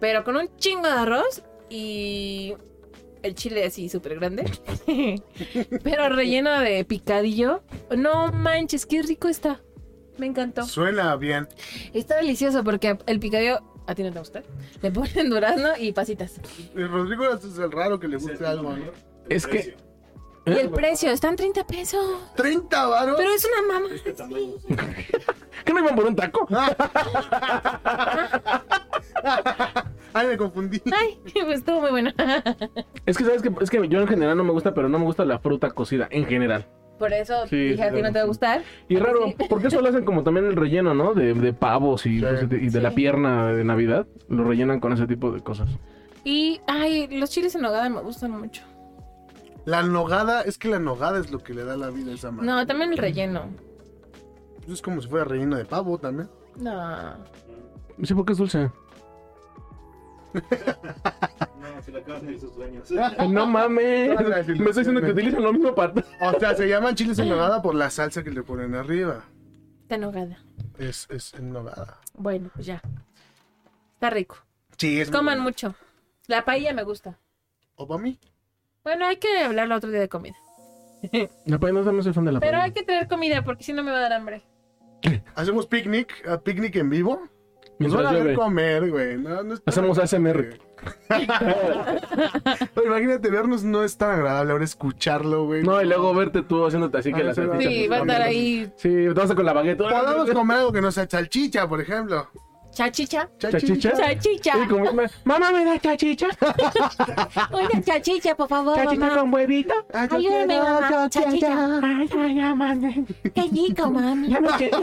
pero con un chingo de arroz y el chile así súper grande, *laughs* pero relleno de picadillo. No manches, qué rico está. Me encantó.
Suena bien.
Está delicioso porque el picadillo, a ti no te gusta, le ponen durazno y pasitas.
El Eh, Rodrigo este es el raro que le guste algo, ¿no?
Es que. ¿Eh?
Y
*laughs*
el precio, están 30 pesos.
30 varos.
Pero es una mamá.
¿Qué no iban por un taco?
Ay, me confundí.
Ay, *laughs* pues estuvo muy buena.
Es que, ¿sabes que Es que yo en general no me gusta, pero no me gusta la fruta cocida, en general.
*laughs* Por eso
Sí,
dije a ti no te va a gustar.
Y raro, porque eso lo hacen como también el relleno, ¿no? De, de pavos y,
Sí.
pues, de- y de la
Sí.
pierna de Navidad. Lo rellenan con ese tipo de cosas.
Y, ay, los chiles en nogada me gustan mucho.
La nogada, es que la nogada es lo que le da la vida a esa madre.
No, también el relleno.
Pues Es como si fuera relleno de pavo también.
No.
Sí, porque es dulce.
No, se la acaban de sus dueños.
*laughs* No mames.
No, no, sí,
Me estoy diciendo que
no.
utilizan lo mismo para.
O sea, se llaman chiles en nogada por la salsa que le ponen arriba.
Está en nogada.
Es, es en nogada.
Bueno, pues ya. Está rico.
Sí, es.
Coman mucho. La paella me gusta.
¿O para mí?
Bueno, hay que hablarlo otro día de comida.
La paella no también soy fan de la
Pero
paella.
hay que traer comida porque si no me va a dar hambre.
¿Hacemos picnic? ¿A ¿Picnic en vivo? Nos van
Mientras
a ver
llueve.
comer, güey. No, no es-
Hacemos ASMR.
*laughs* Oye, imagínate, vernos no es tan agradable ahora escucharlo, güey.
No, y luego verte tú haciéndote así que
Ah,
la
sí, va.
salchicha.
Sí,
pues,
va a estar
no.
ahí
Sí, te vas a con la baguette.
Podamos comer algo que no sea salchicha, por ejemplo.
chachicha.
¿Chachicha?
Chachicha.
Sí, como- Mamá, ¿me da chachicha?
*laughs* Una chachicha, por favor,
¿Chachita
mamá.
con huevito?
Ay, yo
Ayúdame,
quiero
mamá,
salchicha.
salchicha.
Ay, ay, ay, mande.
Qué rico, mami.
Ya no quiero.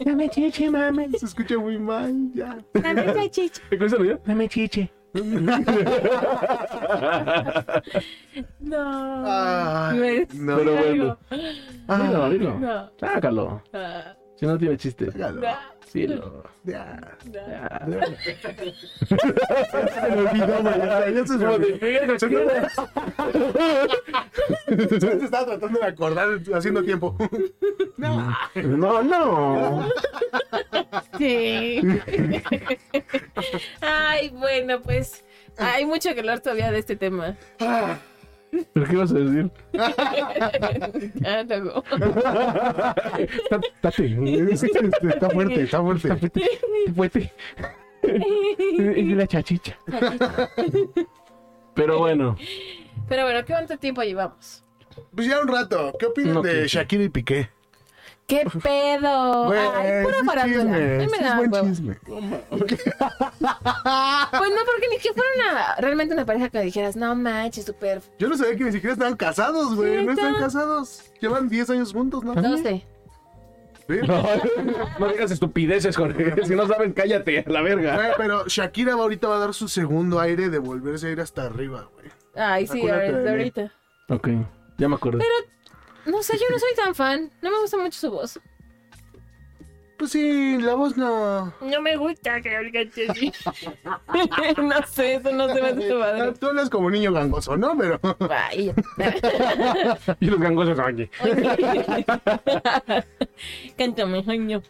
Dame chiche, mame.
Se escucha muy mal, ya.
¿Te acuerdas de Dame chiche.
No.
Ay,
Me-
no.
Pero
algo.
bueno.
Ah,
Dilo, dilo.
No.
Sácalo.
Ah,
Si no tiene chiste.
Hágalo.
da,
Sí, lo.
Ya.
da.
ya.
Se me olvidó, güey. Ya, ya se me
Como
olvidó.
Pues, de, "Mira, cachondeo".
*laughs* Se estaba tratando de acordar, haciendo tiempo.
No, no.
Sí. Ay, bueno, pues hay mucho que hablar todavía de este tema.
¿Pero qué vas a decir?
Ah, luego.
Ta- *laughs* Tate.
este, Está fuerte, está fuerte.
*laughs* Fuete. Y la chachicha. Pero bueno.
Pero bueno, ¿qué cuánto tiempo llevamos?
Pues ya un rato. ¿Qué opinan
No,
de
que-
Shakira y Piqué?
¡Qué pedo!
Güey,
Oh, Ay, pura
sí es
farándula.
chisme,
Ay, me
sí
da
es buen
huevo.
chisme.
Pues no, porque ni que fuera una, realmente una pareja que dijeras, no manches, súper
Yo no sabía que ni siquiera están casados, güey. No están casados. Llevan 10 años juntos, ¿no?
No sé.
Sí.
*laughs* No, no digas estupideces, Jorge. Si no saben, cállate a la verga.
Güey, pero Shakira va- ahorita va a dar su segundo aire de volverse a ir hasta arriba, güey.
Ay, sí,
Acuérdate
ahorita,
de mí.
ahorita.
Ok, ya me acuerdo.
No sé, yo no soy tan fan. No me gusta mucho su voz.
Pues sí, la voz no.
No me gusta que oiga así. *laughs* no sé, eso no se me hace
*laughs*
padre.
Ah, Tú hablas como niño gangoso, ¿no? Pero. *laughs*
Vaya. *laughs*
Y los gangosos, oye.
*laughs* Cántame, año.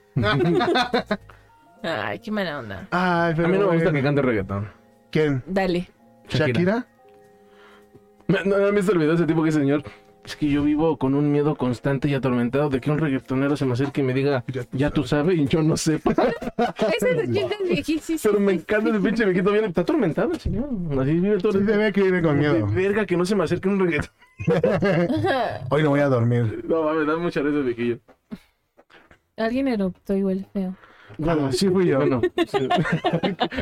Ay, qué mala onda.
Ay,
A
pero.
mí no me gusta
bueno.
que cante reggaetón.
¿Quién?
Dale.
¿Shakira?
No, no, me visto el video de ese tipo que dice, señor. Es que yo vivo con un miedo constante y atormentado de que un reggaetonero se me acerque y me diga,
Ya tú
ya tú sabes, y yo no sé. *laughs*
Ese es el *laughs* chiste viejísimo.
Pero me encanta el pinche viejito bien. Está atormentado el señor. Así vive todo
Sí,
el
se ve que viene con miedo.
De verga que no se me acerque un reggaetón.
Hoy no voy a dormir.
No, mames, da mucha risa el viejillo.
Alguien eruptó igual feo.
Bueno, sí fui yo. Bueno, *laughs*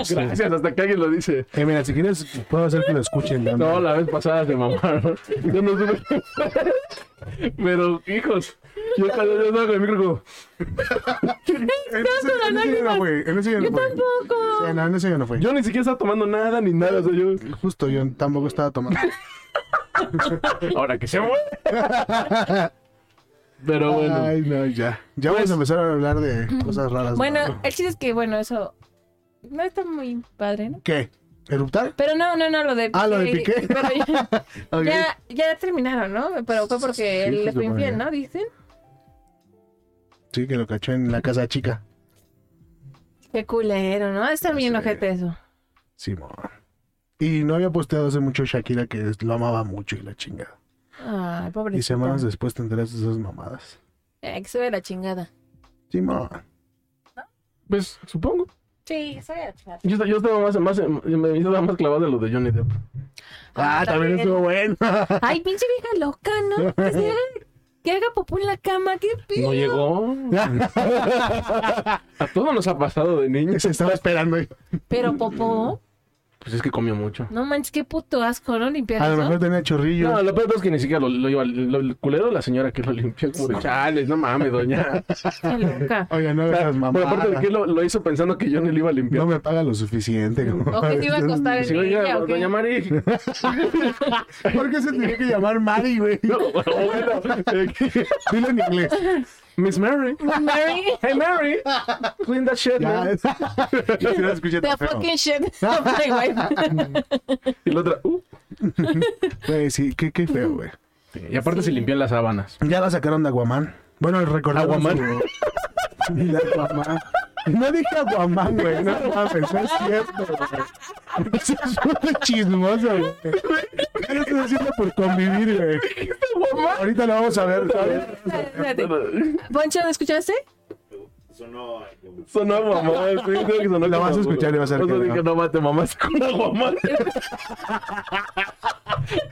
sí. Gracias, hasta que alguien lo dice.
Eh, mira, si quieres, puedo hacer que lo escuchen. ¿no?
No, la vez pasada se mamaron. Yo no supe. *laughs* Pero, hijos, yo cuando yo estaba con el micro como,
En ese- en ese día no fue. En ese día no fue.
tampoco.
Sí, no, en ese día no fue.
yo ni siquiera estaba tomando nada ni nada. O sea, yo,
Justo yo tampoco estaba tomando.
*laughs* ahora que se mueve. *laughs* Pero bueno. Pues
Ay, no, ya. Ya vamos a empezar a hablar de cosas raras. ¿no?
Bueno, el chiste es que, bueno, eso no está muy padre, ¿no?
¿Qué? ¿Eruptar?
Pero no, no, no, lo de
Ah, lo de Piqué.
*laughs* Pero ya-
Ok. *laughs*
Ya, ya terminaron, ¿no? Pero fue porque
Sí,
él
sí,
le fue
se
infiel,
fue.
¿no? Dicen.
Sí, que lo cachó en la casa chica.
Qué culero, ¿no? Está bien ojete eso.
Simón. Y no había posteado hace mucho Shakira que es- lo amaba mucho y la chingada.
Ay,
Y
pobrecito.
semanas después te enteras de esas mamadas.
Eh, que se ve la chingada.
Simón.
Pues supongo.
Sí, se ve la chingada.
Yo, esta- yo estaba más, más, me estaba más clavado en lo de Johnny Depp.
Ah, también.
*laughs*
bueno. *laughs*
Ay, pinche vieja loca, ¿no? Que, se haga, que haga popó en la cama, qué pedo.
No llegó. A todos nos ha pasado de niños.
Se estaba esperando. ahí.
Pero popó,
Pues es que comió mucho.
no manches, qué puto asco, ¿no? Limpiar
A lo
eso.
mejor tenía chorrillo.
No, lo peor es que ni siquiera lo, lo iba, lo, el culero la señora que lo limpió como de chales, no mames, doña.
Qué
*laughs*
loca.
Oye, no dejas
Pero aparte de
mamadas.
que lo, lo hizo pensando que yo ni lo iba a limpiar.
No me paga lo suficiente. como-
O que te iba
*laughs*
a costar el
Sí, oiga,
día, ¿o qué?
doña Mari. *laughs*
¿Por qué se tenía que llamar Mari, güey?
*laughs* No, o bueno, eh, que-
Dilo en inglés.
Miss Mary.
Mary,
Hey Mary. Clean that
*laughs*
shit,
Ya.
man.
Yo sí la escuché
the
tan feo.
fucking
*laughs*
shit. of my wife.
Y la otra, uh.
Güey, sí, qué, qué feo, güey.
Y aparte se limpió en las sábanas.
Ya la sacaron de Aguaman. Bueno, recordamos.
Aquaman.
su- Y la Aquaman. No dije Aguaman, güey. No mames, no es cierto, güey. Eso es un chismoso, güey. Yo lo estoy haciendo por convivir, güey. Ahorita lo vamos a ver.
Espérate. Poncho, ¿lo escuchaste?
Sonó a como-
Sonó a mamá, sí, creo que sonó
La
como-
vas a escuchar y vas a ver
O sea,
que no.
dije, no mate mamás con aguamán. *laughs*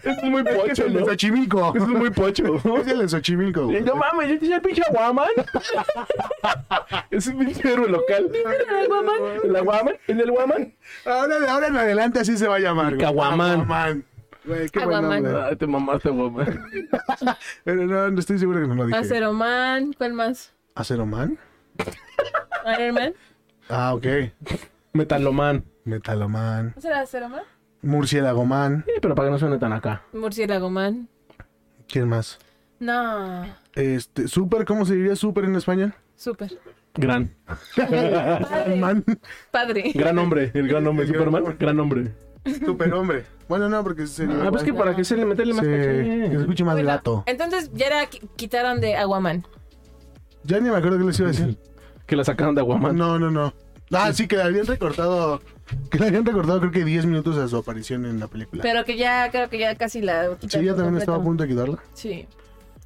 es muy
Es
pocho,
el de
¿no?
Xochimilco.
Es muy *laughs* pocho.
Es el de Xochimilco,
Y
güey.
no mames, yo tenía el pinche *laughs* aguaman. es un pinche héroe local.
El aguaman.
El aguaman, el del guaman.
Ahora, de ahora en adelante así se va a llamar. güey.
Caguamán.
Caguamán. Güey, qué buen
Caguamán.
nombre.
Ay, te mamaste, aguaman.
*laughs* Pero no, no estoy seguro que no lo dije.
Aceroman, ¿cuál más?
¿Aceroman?
Iron Man.
Ah, ok.
Metaloman.
Metaloman.
¿No será Cero Man?
Murciélagoman.
Sí, pero para que no suene tan acá.
Murciélago Man.
¿Quién más?
No.
Este, super, ¿cómo se diría super en español?
Súper.
Gran.
*laughs*
Padre.
*laughs*
Man.
Padre.
Gran hombre. El gran hombre.
El gran
Superman.
hombre.
Gran hombre.
Superhombre. Bueno, no, porque se.
Ah, pues que para que se le meterle
Sí,
más
que se
caché.
escuche más
Bueno,
lato.
Entonces ya era, qui- quitaron de Aguaman.
Ya ni me acuerdo qué les iba a
*laughs*
decir.
Que la sacaron de Aguaman.
No, no, no. Ah, sí, que le habían recortado. Que le habían recortado, creo que 10 minutos a su aparición en la película.
Pero que ya, creo que ya casi la
sí,
quitaron.
ya también estaba a
completamente.
punto de quitarla.
Sí.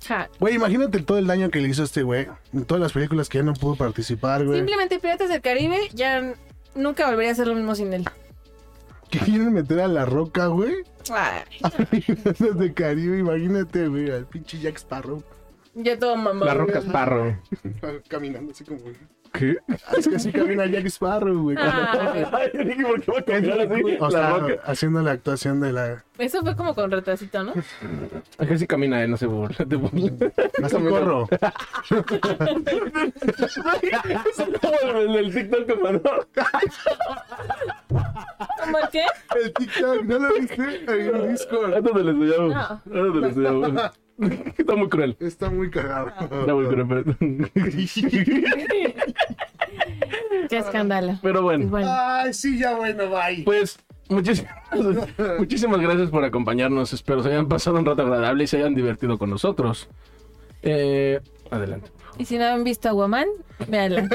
Ja.
Güey, imagínate todo el daño que le hizo este güey. En todas las películas que ya no pudo participar, güey.
Simplemente Piratas del Caribe ya n- nunca volvería a hacer lo mismo sin él.
Que quieren meter a la roca, güey. *laughs*
Ay,
A Piratas de Caribe, imagínate, güey, al pinche Jack Sparrow. *laughs*
ya todo mamá.
La roca Sparrow.
Caminando así como.
¿Qué?
Ah, Es que así camina Jack Sparrow, güey.
Ah,
Yo dije, ¿por qué va a cambiar así?
O
la
sea,
roca.
haciendo la actuación de la.
eso fue como con retrasito, ¿no?
Es que sí camina, eh, no se burla. Te burla.
Más
*laughs*
corro.
Eso es como el- el del TikTok que mandó.
¿Cómo el qué?
*laughs* El TikTok, ¿no lo viste? Ahí en Discord.
Ahora te lo enseñamos.
No.
Ahora te lo enseñamos.
*laughs*
Está muy cruel.
Está muy cagado.
Está muy cruel, pero...
Qué escándalo.
*laughs*
Pues
Pero bueno.
Bueno,
*laughs* Ay, sí, ya bueno, bye.
Pues muchísimas, muchísimas gracias por acompañarnos. Espero se hayan pasado un rato agradable y se hayan divertido con nosotros. Eh, adelante.
y si no han visto Aguaman, véanla.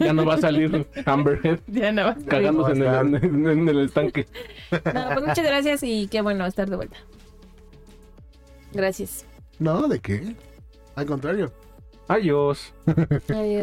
Ya no va
*laughs*
a salir Amberhead
Ya no va a salir.
cagándose en el, en- en el estanque.
No, pues muchas gracias y qué bueno estar de vuelta. Gracias.
No, ¿de qué? Al contrario.
Adiós.
Adiós.